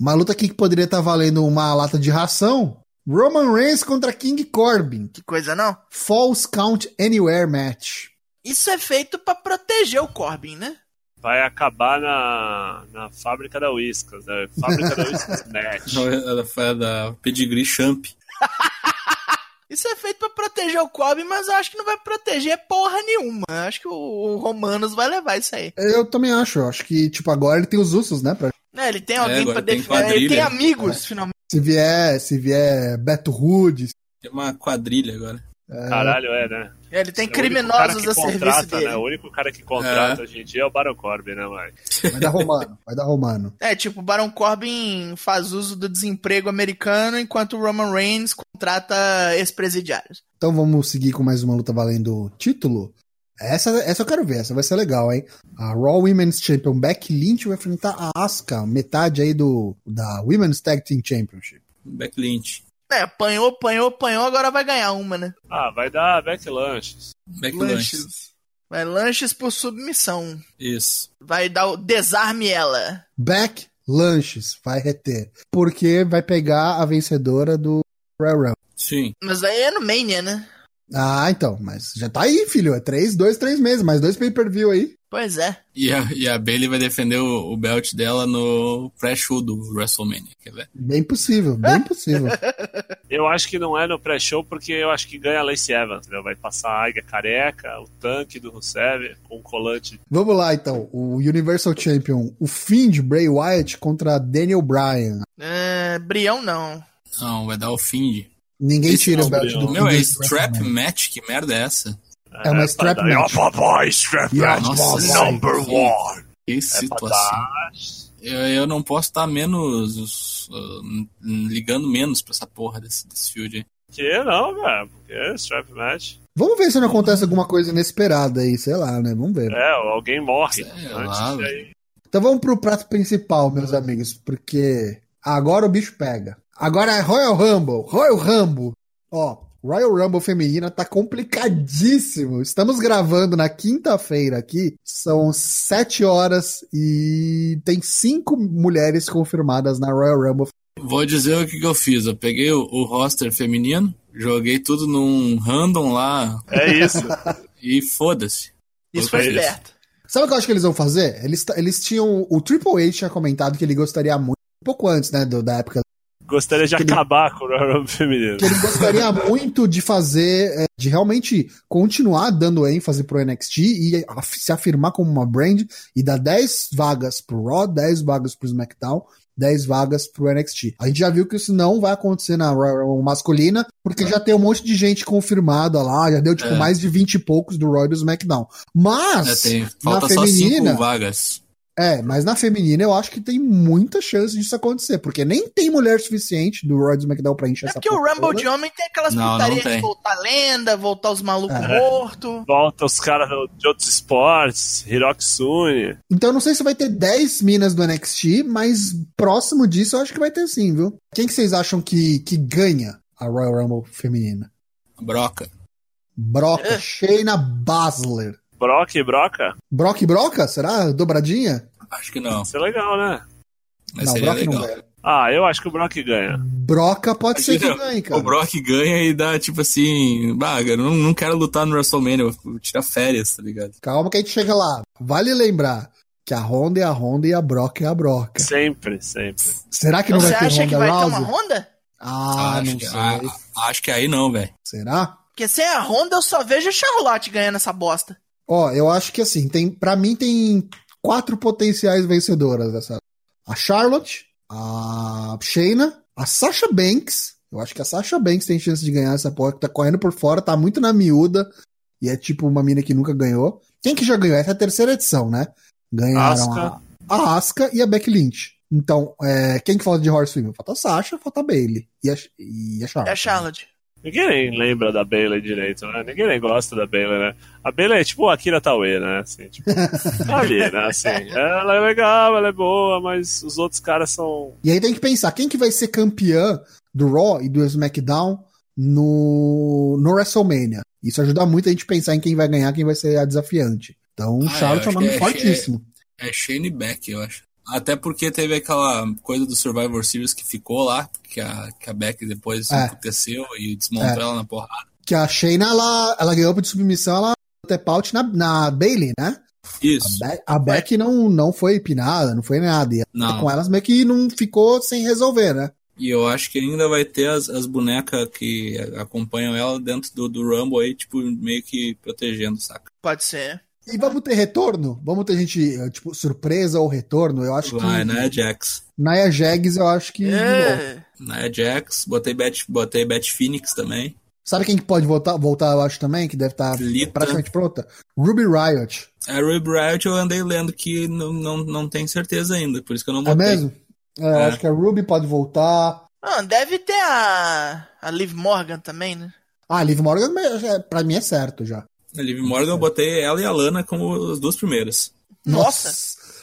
Speaker 1: Uma luta aqui que poderia estar valendo uma lata de ração. Roman Reigns contra King Corbin.
Speaker 2: que coisa, não?
Speaker 1: False Count Anywhere Match.
Speaker 2: Isso é feito pra proteger o Corbin, né?
Speaker 4: Vai acabar na, na fábrica da Whiskas, né? Fábrica da Whiskas Match.
Speaker 3: Ela foi a da Pedigree Champ.
Speaker 2: Isso é feito pra proteger o Corbin, mas eu acho que não vai proteger porra nenhuma. Eu acho que o, o Romanos vai levar isso aí.
Speaker 1: Eu também acho. Eu acho que, tipo, agora ele tem os Usos, né? Pra-
Speaker 2: Né, ele tem alguém
Speaker 3: É, agora
Speaker 2: pra
Speaker 3: tem
Speaker 2: defender. Ele
Speaker 3: quadrilha.
Speaker 2: tem amigos, finalmente.
Speaker 1: Se vier, se vier Beto Rude,
Speaker 3: Tem uma quadrilha agora.
Speaker 4: Caralho, é, né?
Speaker 2: Ele tem
Speaker 4: É o único cara
Speaker 2: criminosos
Speaker 4: que
Speaker 2: a serviço
Speaker 4: contrata,
Speaker 2: dele.
Speaker 4: Né? O único cara que contrata hoje em dia é o Baron Corbin, né, mãe?
Speaker 1: vai dar Romano, vai dar Romano.
Speaker 2: É, tipo, o Baron Corbin faz uso do desemprego americano, enquanto o Roman Reigns contrata ex-presidiários.
Speaker 1: Então vamos seguir com mais uma luta valendo título. Essa, essa eu quero ver, essa vai ser legal, hein? A Raw Women's Champion Becky Lynch vai enfrentar a Asuka, metade aí do da Women's Tag Team Championship.
Speaker 3: Beck Lynch.
Speaker 2: É, apanhou, apanhou, apanhou, agora vai ganhar uma, né?
Speaker 4: Ah, vai dar Beck Lanches.
Speaker 3: Beck Lynch.
Speaker 2: Vai lanches por submissão.
Speaker 3: Isso.
Speaker 2: Vai dar o desarme ela.
Speaker 1: Back Lanches vai reter, porque vai pegar a vencedora do Royal Rumble.
Speaker 3: Sim.
Speaker 2: Mas aí é no Mania, né?
Speaker 1: Ah, então, mas já tá aí, filho. É três, dois, três meses, mais dois pay-per-view aí.
Speaker 2: Pois é.
Speaker 3: E a, e a Bailey vai defender o, o belt dela no pré-show do WrestleMania. Quer ver?
Speaker 1: Bem possível, bem possível.
Speaker 4: Eu acho que não é no pré-show, porque eu acho que ganha a Lacey Evans, entendeu? Vai passar a águia careca, o tanque do Rusev, com o colante.
Speaker 1: Vamos lá, então. O Universal Champion, o Fiend Bray Wyatt contra Daniel Bryan.
Speaker 2: É, Brião não.
Speaker 3: Não, vai dar o Find.
Speaker 1: Ninguém tira o belt do
Speaker 4: campeão.
Speaker 3: Meu, é
Speaker 1: Fiend
Speaker 3: strap match? Que merda é tá, essa?
Speaker 1: É uma strap
Speaker 4: pra dar-
Speaker 1: match.
Speaker 4: É uma boy strap
Speaker 1: Yeah,
Speaker 4: match,
Speaker 1: nossa,
Speaker 4: number
Speaker 3: sim.
Speaker 4: one.
Speaker 3: Que
Speaker 4: É pra
Speaker 3: situação.
Speaker 4: dar...
Speaker 3: Eu, eu não posso estar menos. uh, ligando menos pra essa porra desse, desse field aí.
Speaker 4: Que não, cara, porque é strap match.
Speaker 1: Vamos ver se não acontece alguma coisa inesperada aí, sei lá, né? Vamos ver.
Speaker 4: É, alguém morre.
Speaker 3: Sei
Speaker 4: antes
Speaker 3: lá,
Speaker 4: de-
Speaker 3: velho.
Speaker 1: Então vamos pro prato principal, meus amigos, porque agora o bicho pega. Agora é Royal Rumble, Royal Rumble. Ó, Royal Rumble feminina tá complicadíssimo. Estamos gravando na quinta-feira aqui, são sete horas e tem cinco mulheres confirmadas na Royal Rumble.
Speaker 3: Vou dizer o que, que eu fiz. Eu peguei o, o roster feminino, joguei tudo num random lá
Speaker 4: É isso.
Speaker 3: e foda-se.
Speaker 2: Isso
Speaker 3: Eu
Speaker 2: foi
Speaker 3: conheço.
Speaker 2: esperto.
Speaker 1: Sabe o que eu acho que eles vão fazer? Eles, t- eles tinham. O Triple H tinha comentado que ele gostaria muito, um pouco antes, né, do- da época
Speaker 4: Gostaria de
Speaker 1: Aquele-
Speaker 4: acabar com o Royal Rumble feminino.
Speaker 1: que ele gostaria muito de fazer, é, de realmente continuar dando ênfase pro NXT e af- se afirmar como uma brand e dar 10 vagas pro Raw, 10 vagas pro SmackDown, 10 vagas pro NXT. A gente já viu que isso não vai acontecer na Royal Rumble masculina, porque já tem um monte de gente confirmada lá, já deu tipo
Speaker 3: É.
Speaker 1: mais de 20 e poucos do Raw e do SmackDown.
Speaker 3: É,
Speaker 1: Mas
Speaker 3: tem, falta
Speaker 1: na
Speaker 3: só
Speaker 1: feminina-
Speaker 3: cinco vagas.
Speaker 1: é, mas na feminina eu acho que tem muita chance disso acontecer, porque nem tem mulher suficiente do Raw e do SmackDown pra encher
Speaker 2: É
Speaker 1: essa
Speaker 2: porque o
Speaker 1: porra
Speaker 2: Rumble
Speaker 1: toda.
Speaker 2: de homem tem aquelas
Speaker 3: Não, não
Speaker 2: putarias de
Speaker 3: tem.
Speaker 2: voltar lenda, voltar os malucos
Speaker 1: É.
Speaker 2: mortos.
Speaker 4: Volta os caras do- de outros esportes, Hiroki Sune.
Speaker 1: Então eu não sei se vai ter 10 minas do NXT, mas próximo disso eu acho que vai ter sim, viu? Quem que vocês acham que, que ganha a Royal Rumble feminina?
Speaker 3: Broca.
Speaker 1: Broca,
Speaker 2: É.
Speaker 1: Shayna Baszler.
Speaker 4: Brock e Broca?
Speaker 1: Brock e Broca? Será? Dobradinha?
Speaker 3: Acho que não.
Speaker 4: Isso é legal, né?
Speaker 3: Mas
Speaker 1: não,
Speaker 3: seria
Speaker 1: Brock
Speaker 3: é legal.
Speaker 1: não ganha.
Speaker 4: Ah, eu acho que o Brock ganha.
Speaker 1: Broca pode ser que
Speaker 3: Imagina,
Speaker 1: ganhe,
Speaker 3: O
Speaker 1: cara.
Speaker 3: Brock ganha e dá tipo assim, baga, não, não quero lutar no WrestleMania, eu vou tirar férias, tá ligado?
Speaker 1: Calma que a gente chega lá. Vale lembrar que a Honda é a Honda e a Broca é a Broca.
Speaker 4: Sempre, sempre.
Speaker 1: Será que
Speaker 2: Então
Speaker 1: não
Speaker 2: você
Speaker 1: vai ter
Speaker 2: acha que
Speaker 1: Honda
Speaker 2: vai ter uma
Speaker 1: Rousey?
Speaker 2: Honda?
Speaker 1: Ah,
Speaker 3: acho,
Speaker 1: não
Speaker 3: que,
Speaker 1: sei.
Speaker 3: ah, acho que aí não, velho.
Speaker 1: Será?
Speaker 2: Porque sem a Honda eu só vejo a Charlotte ganhando essa bosta.
Speaker 1: Ó, eu acho que assim, tem, para mim tem quatro potenciais vencedoras dessa. A Charlotte, a Shayna, a Sasha Banks Eu acho que a Sasha Banks tem chance de ganhar essa porra, que tá correndo por fora, tá muito na miúda, e é tipo uma mina que nunca ganhou. Quem que já ganhou? Essa é a terceira edição, né? Ganharam
Speaker 4: Asuka.
Speaker 1: a, a Asuka e a Becky Lynch. Então, é, quem que falta de Horse Female? Falta a Sasha, falta a Bailey e a, e a Charlotte. né?
Speaker 2: É a Charlotte.
Speaker 4: Ninguém nem lembra da Baylor direito, né? Ninguém nem gosta da Baylor, né? A Baylor é tipo a Akira Taue, né? Assim, tipo, tá ali, né? Assim, ela é legal, ela é boa, mas os outros caras são.
Speaker 1: E aí tem que pensar, quem que vai ser campeã do Raw e do SmackDown no, no WrestleMania? Isso ajuda muito a gente pensar em quem vai ganhar, quem vai ser a desafiante. Então,
Speaker 3: Ah,
Speaker 1: o Charlotte é
Speaker 3: eu
Speaker 1: um
Speaker 3: acho
Speaker 1: nome
Speaker 3: que é-
Speaker 1: fortíssimo.
Speaker 3: É Shane Beck, eu acho. Até porque teve aquela coisa do Survivor Series que ficou lá, que a, que a Beck depois
Speaker 1: É.
Speaker 3: aconteceu e desmontou
Speaker 1: É.
Speaker 3: ela na porrada.
Speaker 1: Que a Shayna, ela, ela ganhou por submissão, ela até out na, na Bailey, né?
Speaker 3: Isso.
Speaker 1: Be- A Beck não, não foi pinada, não foi nada. E
Speaker 3: Não.
Speaker 1: com elas meio que não ficou sem resolver, né?
Speaker 3: E eu acho que ainda vai ter as, as bonecas que acompanham ela dentro do, do Rumble aí, tipo, meio que protegendo, saca?
Speaker 2: Pode ser.
Speaker 1: E vamos ter retorno? Vamos ter gente, eh, tipo, surpresa ou retorno? Eu acho
Speaker 3: Vai,
Speaker 1: que.
Speaker 3: né, Jax?
Speaker 1: Naya Jags, eu acho que. de novo.
Speaker 2: É.
Speaker 3: Né, Jax? Botei Bat, botei Bat Phoenix também.
Speaker 1: Sabe quem que pode voltar, voltar, eu acho também, que deve estar
Speaker 3: Lita.
Speaker 1: praticamente pronta? Ruby Riot.
Speaker 3: A Ruby Riot eu andei lendo que não, não, não tem certeza ainda, por isso que eu não
Speaker 1: É
Speaker 3: botei.
Speaker 1: mesmo? É, eu
Speaker 3: É.
Speaker 1: Acho que a Ruby pode voltar.
Speaker 2: Ah, deve ter a, a Liv Morgan também, né?
Speaker 1: Ah, a Liv Morgan, mas, é, pra mim é certo já.
Speaker 3: A Liv Morgan eu botei ela e a Lana como as duas primeiras.
Speaker 2: Nossa.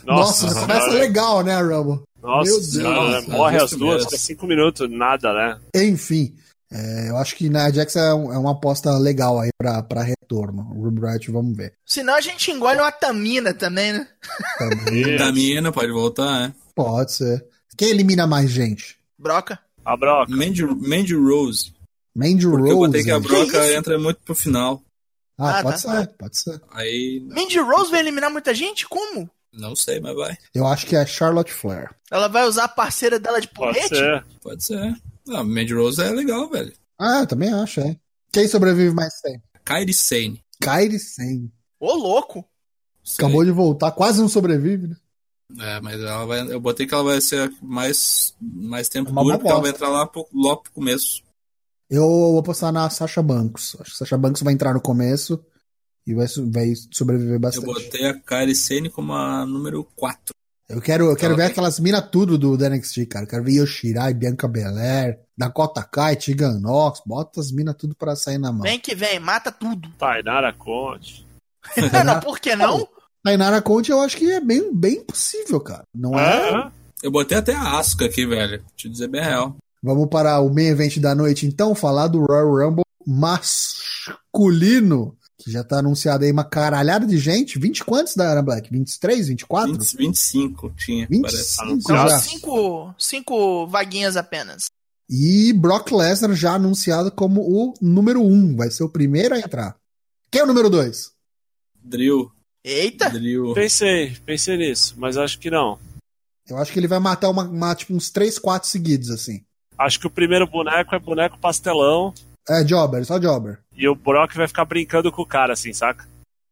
Speaker 1: Nossa, já começa
Speaker 4: senhora.
Speaker 1: legal, né, Rumble?
Speaker 4: Nossa
Speaker 1: Meu Deus.
Speaker 4: senhora, né?
Speaker 3: Nossa,
Speaker 4: morre
Speaker 3: Deus
Speaker 4: as duas,
Speaker 3: Deus.
Speaker 4: fica cinco minutos, nada, né?
Speaker 1: Enfim, é, eu acho que na Jax é, um- é uma aposta legal aí pra, pra retorno. O Ruby Riot, vamos ver.
Speaker 2: Senão a gente engole uma Tamina também, né?
Speaker 1: Também
Speaker 4: E
Speaker 3: Da mina pode voltar, né?
Speaker 1: pode ser. Quem elimina mais gente?
Speaker 2: Broca.
Speaker 4: a broca.
Speaker 3: Mandy, Mandy Rose.
Speaker 1: Mandy
Speaker 3: Porque eu botei
Speaker 1: Rose.
Speaker 3: que é a
Speaker 1: né?
Speaker 3: Broca
Speaker 2: Que isso?
Speaker 3: entra muito pro final.
Speaker 1: Ah,
Speaker 2: Ah,
Speaker 1: pode
Speaker 2: tá.
Speaker 1: ser, pode ser.
Speaker 3: Aí,
Speaker 2: Mandy Rose vai eliminar muita gente? Como?
Speaker 3: não sei, mas vai.
Speaker 1: Eu acho que é Charlotte Flair.
Speaker 2: Ela vai usar a parceira dela de
Speaker 4: Pode
Speaker 1: é,
Speaker 2: porrete?
Speaker 4: ser.
Speaker 1: tipo
Speaker 3: Pode ser. Não, Mandy Rose é legal, velho.
Speaker 1: Ah, eu também acho, é. Quem sobrevive mais tempo?
Speaker 3: Kairi Sane.
Speaker 1: Kairi Sen.
Speaker 2: Ô, louco.
Speaker 3: Sei.
Speaker 1: Acabou de voltar, quase não sobrevive, né?
Speaker 3: É, mas ela vai, eu botei que ela vai ser mais, mais tempo
Speaker 1: É uma
Speaker 3: dura,
Speaker 1: boa
Speaker 3: porque ela vai
Speaker 1: aposta.
Speaker 3: entrar lá pro, logo pro começo.
Speaker 1: Eu vou apostar na Sasha Banks. Acho que Sasha Banks vai entrar no começo e vai, so- vai sobreviver
Speaker 3: Eu
Speaker 1: bastante.
Speaker 3: botei a Kairi Sane como a número 4.
Speaker 1: Eu quero, eu quero ver
Speaker 3: Ela tem-
Speaker 1: aquelas mina tudo do, do NXT, cara. Eu quero ver Yoshirai, Bianca Belair, Dakota Kai, Tegan Nox. Bota as mina tudo pra sair na mão.
Speaker 2: Vem que vem, mata tudo.
Speaker 4: Tainara Conte.
Speaker 2: não, não, por que não?
Speaker 1: Tá Tainara Conte eu acho que é bem, bem possível, cara. Não é?
Speaker 4: É?
Speaker 3: Eu botei até a Asuka aqui, velho. Te dizer bem real.
Speaker 1: Vamos para o main event da noite, então, falar do Royal Rumble masculino, que já tá anunciado aí uma caralhada de gente. 20 quantos da Ana Black? 23, 24?
Speaker 3: 20, 25 tinha, parece.
Speaker 1: 25
Speaker 4: Tá
Speaker 2: São
Speaker 1: já.
Speaker 4: anunciado.
Speaker 2: cinco, cinco vaguinhas apenas.
Speaker 1: E Brock Lesnar já anunciado como o número 1. Vai ser o primeiro a entrar. Quem é o número 2?
Speaker 3: Drill.
Speaker 2: Eita,
Speaker 3: Drill.
Speaker 4: Pensei, pensei nisso, mas acho que não.
Speaker 1: Eu acho que ele vai matar uma, uma, tipo, uns 3, 4 seguidos, assim.
Speaker 4: Acho que o primeiro boneco é boneco pastelão
Speaker 1: É, Jobber, só Jobber.
Speaker 4: e o Brock vai ficar brincando com o cara, assim, saca?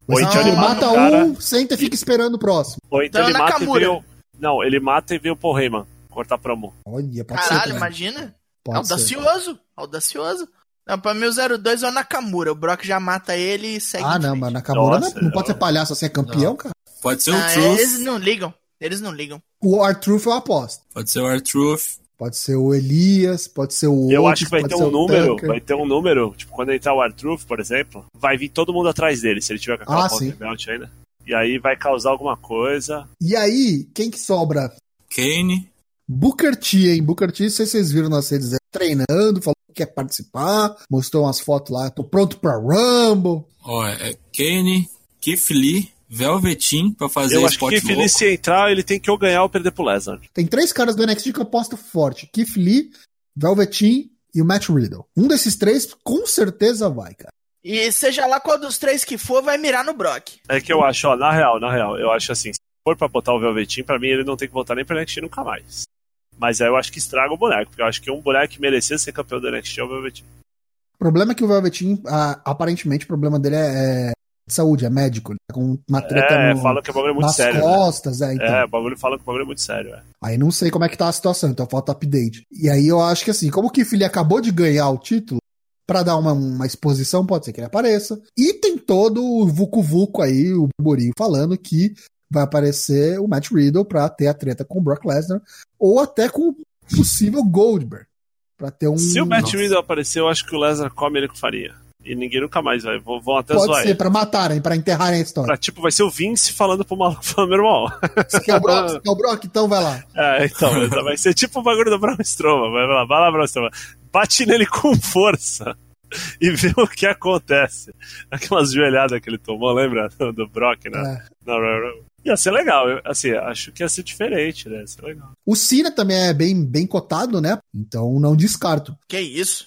Speaker 4: Ou
Speaker 1: Você,
Speaker 4: então
Speaker 1: tipo,
Speaker 4: ele mata
Speaker 1: mata
Speaker 4: o cara.
Speaker 1: um, senta e fica esperando o próximo.
Speaker 4: Ou então
Speaker 2: Então
Speaker 4: ele
Speaker 2: é
Speaker 4: mata e
Speaker 2: Nakamura.
Speaker 4: vê o. Não, ele mata e vê o Paul Heyman. Cortar promo.
Speaker 1: Olha, pode ser.
Speaker 2: caralho, é um
Speaker 1: cara.
Speaker 2: imagina.
Speaker 1: Pode ser.
Speaker 2: audacioso, audacioso. Não, pra mim o 02 é o Nakamura. O Brock já mata ele e segue.
Speaker 1: Ah,
Speaker 2: em
Speaker 1: não,
Speaker 2: frente.
Speaker 1: mas Nakamura não,
Speaker 4: Nossa,
Speaker 1: não pode
Speaker 4: não.
Speaker 1: ser palhaço assim, é campeão, cara.
Speaker 3: Pode ser o
Speaker 2: Ah,
Speaker 3: Truth.
Speaker 2: eles não ligam. Eles não ligam.
Speaker 1: O Artruth eu aposto.
Speaker 3: Pode ser o R-Truth.
Speaker 1: Pode ser o Elias, pode ser o.
Speaker 4: Eu
Speaker 1: Otis,
Speaker 4: acho que vai
Speaker 1: pode
Speaker 4: ter
Speaker 1: ser
Speaker 4: um
Speaker 1: o
Speaker 4: número,
Speaker 1: Tucker.
Speaker 4: vai ter um número, tipo, quando entrar o Artruth, por exemplo, vai vir todo mundo atrás dele, se ele tiver com aquela
Speaker 1: Ah,
Speaker 4: ponta
Speaker 1: sim.
Speaker 4: de belt ainda. E aí vai causar alguma coisa.
Speaker 1: E aí, quem que sobra?
Speaker 3: Kane.
Speaker 1: Booker T, hein? Booker T, não sei se vocês viram nas redes, dele, treinando, falou que quer participar, mostrou umas fotos lá, tô pronto pra Rumble.
Speaker 3: Ó, é Kane. Keith Lee. Velvetin pra fazer
Speaker 4: Eu acho
Speaker 3: spot
Speaker 4: que
Speaker 3: louco.
Speaker 4: Feliz se entrar, ele tem que ou ganhar ou perder pro Lesnar.
Speaker 1: Tem três caras do NXT que eu aposto forte: Keith Lee, Velveteen e o Matt Riddle. Um desses três com certeza vai, cara.
Speaker 2: E seja lá qual dos três que for, vai mirar no Brock.
Speaker 4: É que eu acho, ó, na real, na real, eu acho assim, se for pra botar o Velvetin, pra mim ele não tem que voltar nem pra NXT nunca mais. Mas aí eu acho que estraga o boneco, porque eu acho que um boneco que merecia ser campeão do NXT é o Velvetin.
Speaker 1: O problema é que o Velveteen, ah, aparentemente, o problema dele é, é de saúde, é médico, né? com uma treta
Speaker 4: É,
Speaker 1: no-
Speaker 4: fala que o bagulho é muito
Speaker 1: nas
Speaker 4: sério. né?
Speaker 1: costas, é, então.
Speaker 4: É, o bagulho fala que o bagulho é muito sério. É.
Speaker 1: Aí não sei como é que tá a situação, então falta update. E aí eu acho que assim, como o Kifili acabou de ganhar o título, pra dar uma, uma exposição, pode ser que ele apareça. E tem todo o Vucu Vucu aí, o Borinho falando que vai aparecer o Matt Riddle pra ter a treta com o Brock Lesnar, ou até com o possível Goldberg. Pra ter um.
Speaker 4: Se o Matt
Speaker 1: Nossa.
Speaker 4: Riddle aparecer, eu acho que o Lesnar come ele com faria. E ninguém nunca mais vai. Vão vão até
Speaker 1: Pode
Speaker 4: zoar
Speaker 1: ser,
Speaker 4: ele.
Speaker 1: pra matarem, pra enterrarem a história.
Speaker 4: Pra, tipo, vai ser o Vince falando pro maluco, falando, meu irmão.
Speaker 1: Você quer o Brock? Você quer o Brock? Então vai lá.
Speaker 4: É, então, mas vai ser tipo o bagulho do Braun Strowman. Vai lá, vai lá, Braun Strowman. Bate nele com força e vê o que acontece. Aquelas joelhadas que ele tomou, lembra? Do, do Brock, né?
Speaker 1: É.
Speaker 4: Na Royal Rumble. Ia ser legal, eu, assim, acho que ia ser diferente, né? Ia ser legal.
Speaker 1: O Cena também é bem, bem cotado, né? Então não descarto.
Speaker 2: Que isso?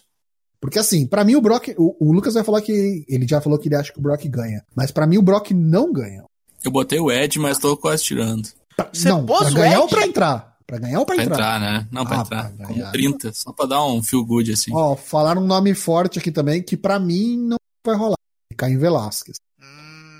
Speaker 1: Porque assim, pra mim o Brock. O, o Lucas vai falar que. Ele já falou que ele acha que o Brock ganha. Mas pra mim o Brock não ganha.
Speaker 3: Eu botei o Ed, mas tô quase tirando.
Speaker 1: Pra-
Speaker 2: Você
Speaker 1: não,
Speaker 2: pôs
Speaker 1: pra
Speaker 2: o
Speaker 1: ganhar
Speaker 2: Ed?
Speaker 1: ou pra entrar? Pra ganhar ou pra,
Speaker 3: Pra
Speaker 1: entrar?
Speaker 3: entrar, né? Não, pra
Speaker 1: Ah,
Speaker 3: entrar.
Speaker 1: pra
Speaker 3: Como
Speaker 1: ganhar.
Speaker 3: 30, só pra dar um feel good, assim.
Speaker 1: Ó, falaram um nome forte aqui também que pra mim não vai rolar. Caim Velasquez. Ah.
Speaker 2: Hum,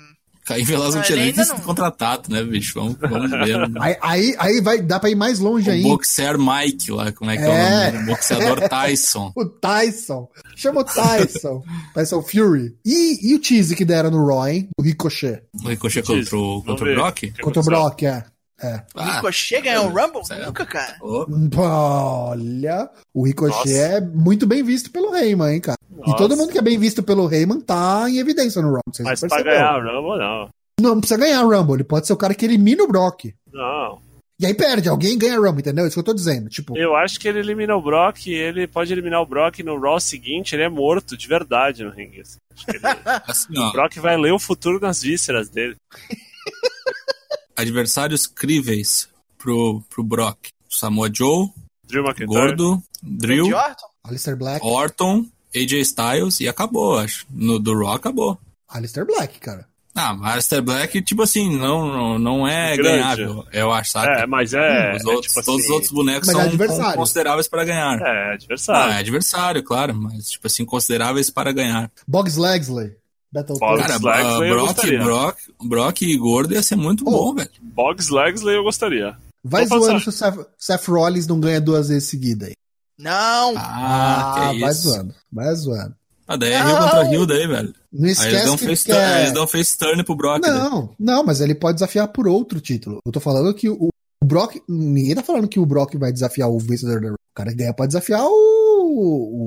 Speaker 3: Caí Velas não
Speaker 2: Mas
Speaker 3: tinha
Speaker 2: ele
Speaker 3: nem
Speaker 2: ainda
Speaker 3: sido
Speaker 2: não-
Speaker 3: contratado, né, bicho? Vamos, vamos ver. né?
Speaker 1: Aí, aí, aí vai, dá pra ir mais longe
Speaker 3: O
Speaker 1: ainda.
Speaker 3: boxer Mike lá, como é que é,
Speaker 1: É.
Speaker 3: o nome? O boxeador Tyson.
Speaker 1: O Tyson. Chama o Tyson. Tyson Fury. E, e o tease que deram no Roy, hein? O Ricochet.
Speaker 3: O Ricochet
Speaker 4: Isso,
Speaker 3: contra o,
Speaker 4: vamos
Speaker 3: contra o
Speaker 4: ver.
Speaker 3: Brock?
Speaker 1: Contra o Brock, é. É.
Speaker 3: Ah,
Speaker 2: Ricochet ganhou o um Rumble?
Speaker 3: Sério?
Speaker 2: Nunca, cara.
Speaker 3: ô,
Speaker 1: Olha, o Ricochet é
Speaker 4: Nossa.
Speaker 1: muito bem visto pelo Heyman, hein, cara? E todo mundo que é bem visto pelo Heyman tá em evidência no Rumble. Vocês
Speaker 4: Mas pra
Speaker 1: perceberam.
Speaker 4: ganhar, não, não.
Speaker 1: Não, não precisa ganhar Rumble. Ele pode ser o cara que elimina o Brock.
Speaker 4: Não.
Speaker 1: E aí perde, alguém ganha Rumble, entendeu? Isso que eu tô dizendo. Tipo,
Speaker 4: Eu acho que ele elimina o Brock e ele pode eliminar o Brock e no Raw seguinte, ele é morto de verdade no ringue. assim. Acho que ele-
Speaker 3: assim, ó.
Speaker 4: o Brock vai ler o futuro nas vísceras dele.
Speaker 3: adversários críveis pro, pro Brock. Samoa Joe,
Speaker 4: Drew McIntyre.
Speaker 3: Gordo, Drill,
Speaker 2: Randy Orton?
Speaker 1: Alistair Black.
Speaker 3: Orton, AJ Styles e acabou, acho. No do Raw acabou.
Speaker 1: Alistair Black, cara.
Speaker 3: Ah, Master Black, tipo assim, não, não, não é
Speaker 4: Grande.
Speaker 3: ganhável, eu acho, sabe? Hum,
Speaker 4: É, mas é.
Speaker 3: Os
Speaker 4: é
Speaker 3: outros-
Speaker 4: tipo
Speaker 3: todos os
Speaker 4: assim,
Speaker 3: outros bonecos
Speaker 1: Mas é
Speaker 3: são
Speaker 1: adversário.
Speaker 3: consideráveis para ganhar.
Speaker 4: É,
Speaker 3: Ah,
Speaker 4: adversário.
Speaker 3: é adversário, claro, mas, tipo assim, consideráveis para ganhar.
Speaker 1: Boggs Legsley. Battle
Speaker 4: Boggs.
Speaker 1: Cara,
Speaker 3: Cara,
Speaker 4: Slacks,
Speaker 3: ah,
Speaker 4: eu
Speaker 3: Brock,
Speaker 4: gostaria.
Speaker 3: Brock, Brock e Gordo ia ser muito
Speaker 1: Oh.
Speaker 3: bom, velho.
Speaker 4: Boggs Legsley eu gostaria.
Speaker 1: vai
Speaker 4: vou
Speaker 1: zoando se o Seth, Seth Rollins não ganha duas vezes seguida aí.
Speaker 2: Não.
Speaker 3: Ah, que
Speaker 1: vai
Speaker 3: isso.
Speaker 1: zoando. Vai zoando.
Speaker 3: Ah, daí é Rio contra Rio daí, velho.
Speaker 1: Não
Speaker 3: Aí eles
Speaker 1: esquece
Speaker 3: dão, né?
Speaker 1: que
Speaker 3: face
Speaker 1: quer-
Speaker 3: turn, eles dão face turn pro Brock. né?
Speaker 1: Não, não, mas ele pode desafiar por outro título. Eu tô falando que o o Brock. Ninguém tá falando que o Brock vai desafiar o vencedor da Raw. O cara que ganha pode desafiar o,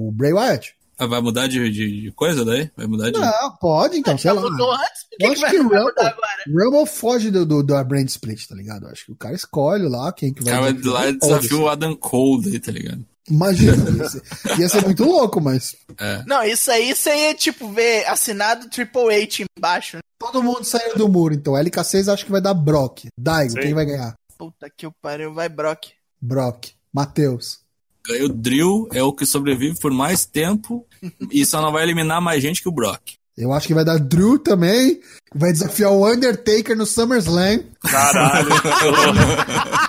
Speaker 1: o Bray Wyatt.
Speaker 3: Ah, Vai mudar de, de- de coisa daí? Vai mudar de.
Speaker 1: Não, pode, então, sei
Speaker 2: Já
Speaker 1: lá.
Speaker 2: mudou antes? Por
Speaker 1: Eu
Speaker 2: que, que
Speaker 1: acho
Speaker 2: vai
Speaker 1: que o
Speaker 2: mudar né?
Speaker 1: Rumble,
Speaker 2: agora?
Speaker 1: Rumble foge do, do, da brand split, tá ligado? Eu acho que o cara escolhe lá quem que
Speaker 3: O
Speaker 1: vai.
Speaker 3: cara vai
Speaker 1: desafiar.
Speaker 3: lá e desafia o Adam Cole aí, tá ligado?
Speaker 1: Imagina, ia ser, ia ser muito louco, mas.
Speaker 3: É.
Speaker 2: Não, isso aí seria tipo ver assinado Triple H embaixo. né?
Speaker 1: Todo mundo saiu do muro, então. LK6 acho que vai dar Brock. Daigo,
Speaker 4: Sim.
Speaker 1: quem vai ganhar?
Speaker 2: Puta que o pariu, vai Brock.
Speaker 1: Brock. Matheus.
Speaker 3: Ganha o Drill, é o que sobrevive por mais tempo e só não vai eliminar mais gente que o Brock.
Speaker 1: Eu acho que vai dar Drew também. Vai desafiar o Undertaker no SummerSlam.
Speaker 4: Caralho.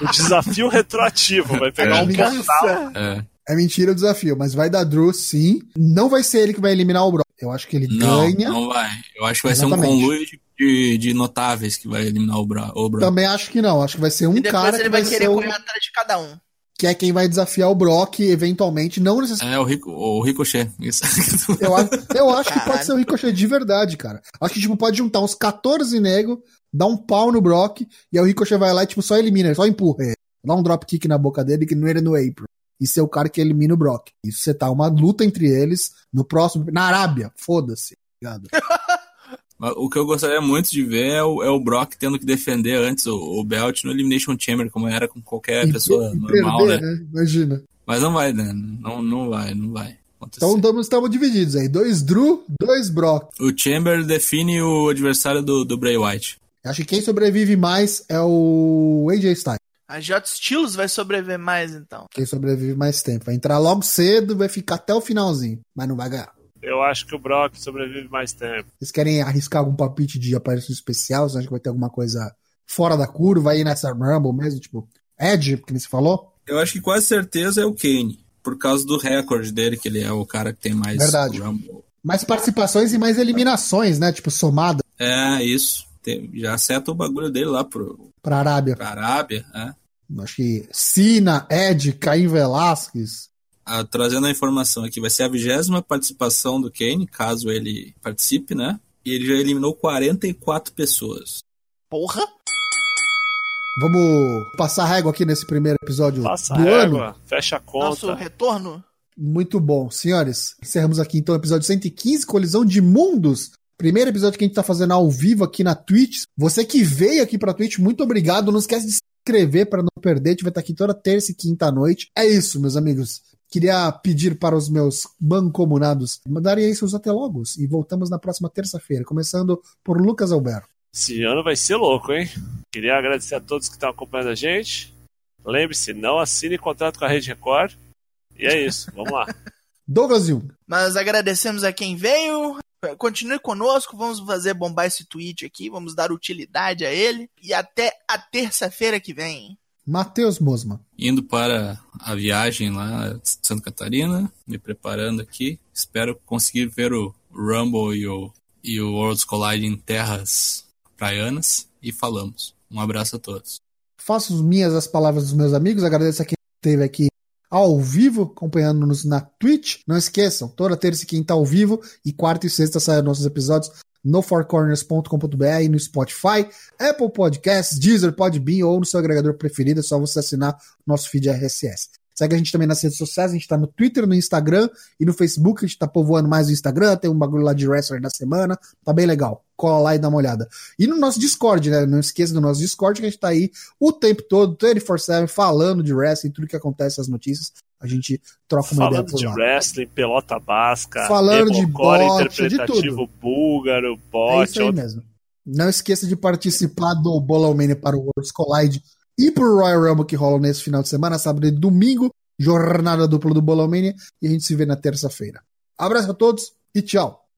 Speaker 4: o desafio retroativo. Vai pegar um
Speaker 1: Vingança.
Speaker 4: portal.
Speaker 3: É.
Speaker 1: É mentira o desafio, mas vai dar Drew sim. Não vai ser ele que vai eliminar o Brock. Eu acho que ele
Speaker 3: Não,
Speaker 1: ganha.
Speaker 3: não vai. Eu acho que vai ser um
Speaker 1: Exatamente.
Speaker 3: conluio de, de, de notáveis que vai eliminar o, Bra o Brock.
Speaker 1: Também acho que não. Acho que vai ser um
Speaker 2: E depois
Speaker 1: cara
Speaker 2: ele
Speaker 1: que
Speaker 2: vai,
Speaker 1: vai,
Speaker 2: querer
Speaker 1: ser o-
Speaker 2: correr atrás de cada um.
Speaker 1: que é quem vai desafiar o Brock, eventualmente. Não necessariamente.
Speaker 3: É o, Rico, o Ricochet. Isso.
Speaker 1: Eu acho, eu acho que pode
Speaker 2: Caralho.
Speaker 1: ser o Ricochet de verdade, cara. Acho que, tipo, pode juntar uns 14 nego, dar um pau no Brock, e aí o Ricochet vai lá e, tipo, só elimina, só empurra ele. Dá um dropkick na boca dele que não era no apron. E ser o cara que elimina o Brock. Isso você tá uma luta entre eles no próximo. Na Arábia, foda-se. tá ligado?
Speaker 3: Mas O que eu gostaria muito de ver é o, é o Brock tendo que defender antes o, o Belt no Elimination Chamber, como era com qualquer
Speaker 1: E-
Speaker 3: É, pessoa
Speaker 1: e
Speaker 3: normal, né?
Speaker 1: Imagina.
Speaker 3: Mas não vai, né? Não, não vai, não vai. acontecer.
Speaker 1: Então estamos, estamos divididos aí. Dois Drew, dois Brock.
Speaker 3: O Chamber define o adversário do, do Bray White.
Speaker 1: Acho que quem sobrevive mais é o AJ Styles.
Speaker 2: A J Styles vai sobreviver mais então.
Speaker 1: Quem sobrevive mais tempo. Vai entrar logo cedo, vai ficar até o finalzinho, mas não vai ganhar.
Speaker 4: Eu acho que o Brock sobrevive mais tempo.
Speaker 1: Vocês querem arriscar algum palpite de aparição especial? Vocês acham que vai ter alguma coisa fora da curva aí nessa Rumble mesmo? Tipo, Edge, que nem você falou?
Speaker 3: Eu acho que quase certeza é o Kane, por causa do recorde dele, que ele é o cara que tem mais
Speaker 1: Verdade.
Speaker 3: Rumble.
Speaker 1: Mais participações e mais eliminações, né? Tipo, somada.
Speaker 3: É, isso. Tem- já acerta o bagulho dele lá pro,
Speaker 1: Pra Arábia.
Speaker 3: pra Arábia, né?
Speaker 1: Acho que Sina, Ed, Caim Velasquez.
Speaker 3: Ah, trazendo a informação aqui, vai ser a vigésima participação do Kane, caso ele participe, né? E ele já eliminou 44 pessoas.
Speaker 2: Porra!
Speaker 1: Vamos passar régua aqui nesse primeiro episódio
Speaker 4: Passa
Speaker 1: do
Speaker 4: a
Speaker 1: ano.
Speaker 4: égua, fecha a
Speaker 2: Nosso
Speaker 4: conta.
Speaker 2: retorno?
Speaker 1: Muito bom. Senhores, encerramos aqui então o episódio 115, Colisão de Mundos. Primeiro episódio que a gente tá fazendo ao vivo aqui na Twitch. Você que veio aqui pra Twitch, muito obrigado. Não esquece de se inscrever para não perder. A gente vai estar aqui toda terça e quinta à noite. É isso, meus amigos. Queria pedir para os meus bancomunados mandarem aí seus até logos. E voltamos na próxima terça-feira, começando por Lucas Alberto.
Speaker 4: Esse ano vai ser louco, hein? Queria agradecer a todos que estão acompanhando a gente. Lembre-se, não assine contrato com a Rede Record. E é isso, vamos lá.
Speaker 1: Douglas Jung.
Speaker 2: Nós agradecemos a quem veio. Continue conosco, vamos fazer bombar esse tweet aqui, vamos dar utilidade a ele. E até a terça-feira que vem.
Speaker 1: Matheus Mosman.
Speaker 3: Indo para a viagem lá de Santa Catarina, me preparando aqui. Espero conseguir ver o Rumble e o, e o Worlds Collide em terras praianas. E falamos. Um abraço a todos.
Speaker 1: Faço as minhas as palavras dos meus amigos. Agradeço a quem esteve aqui ao vivo, acompanhando-nos na Twitch. Não esqueçam, toda terça e quinta ao vivo e quarta e sexta saem nossos episódios no fourcorners.com.br, no Spotify, Apple Podcasts, Deezer, Podbean ou no seu agregador preferido. É só você assinar nosso feed RSS. Segue a gente também nas redes sociais, a gente tá no Twitter, no Instagram e no Facebook, a gente tá povoando mais o Instagram, tem um bagulho lá de wrestler da semana, tá bem legal. Cola lá e dá uma olhada. E no nosso Discord, né? Não esqueça do nosso Discord que a gente tá aí o tempo todo, 24-7, falando de wrestling, tudo que acontece, as notícias, a gente troca uma
Speaker 4: Falando de
Speaker 1: ideia por lá.
Speaker 4: wrestling, pelota basca,
Speaker 1: Falando de
Speaker 4: rebocore
Speaker 1: bote, de
Speaker 4: interpretativo búlgaro,
Speaker 1: É isso
Speaker 4: bote,
Speaker 1: aí
Speaker 4: outro-
Speaker 1: mesmo. Não esqueça de participar do Bolomania para o Worlds Collide e para o Royal Rumble que rola nesse final de semana, sábado e domingo, jornada dupla do Bolomania, e a gente se vê na terça-feira. Abraço a todos e tchau!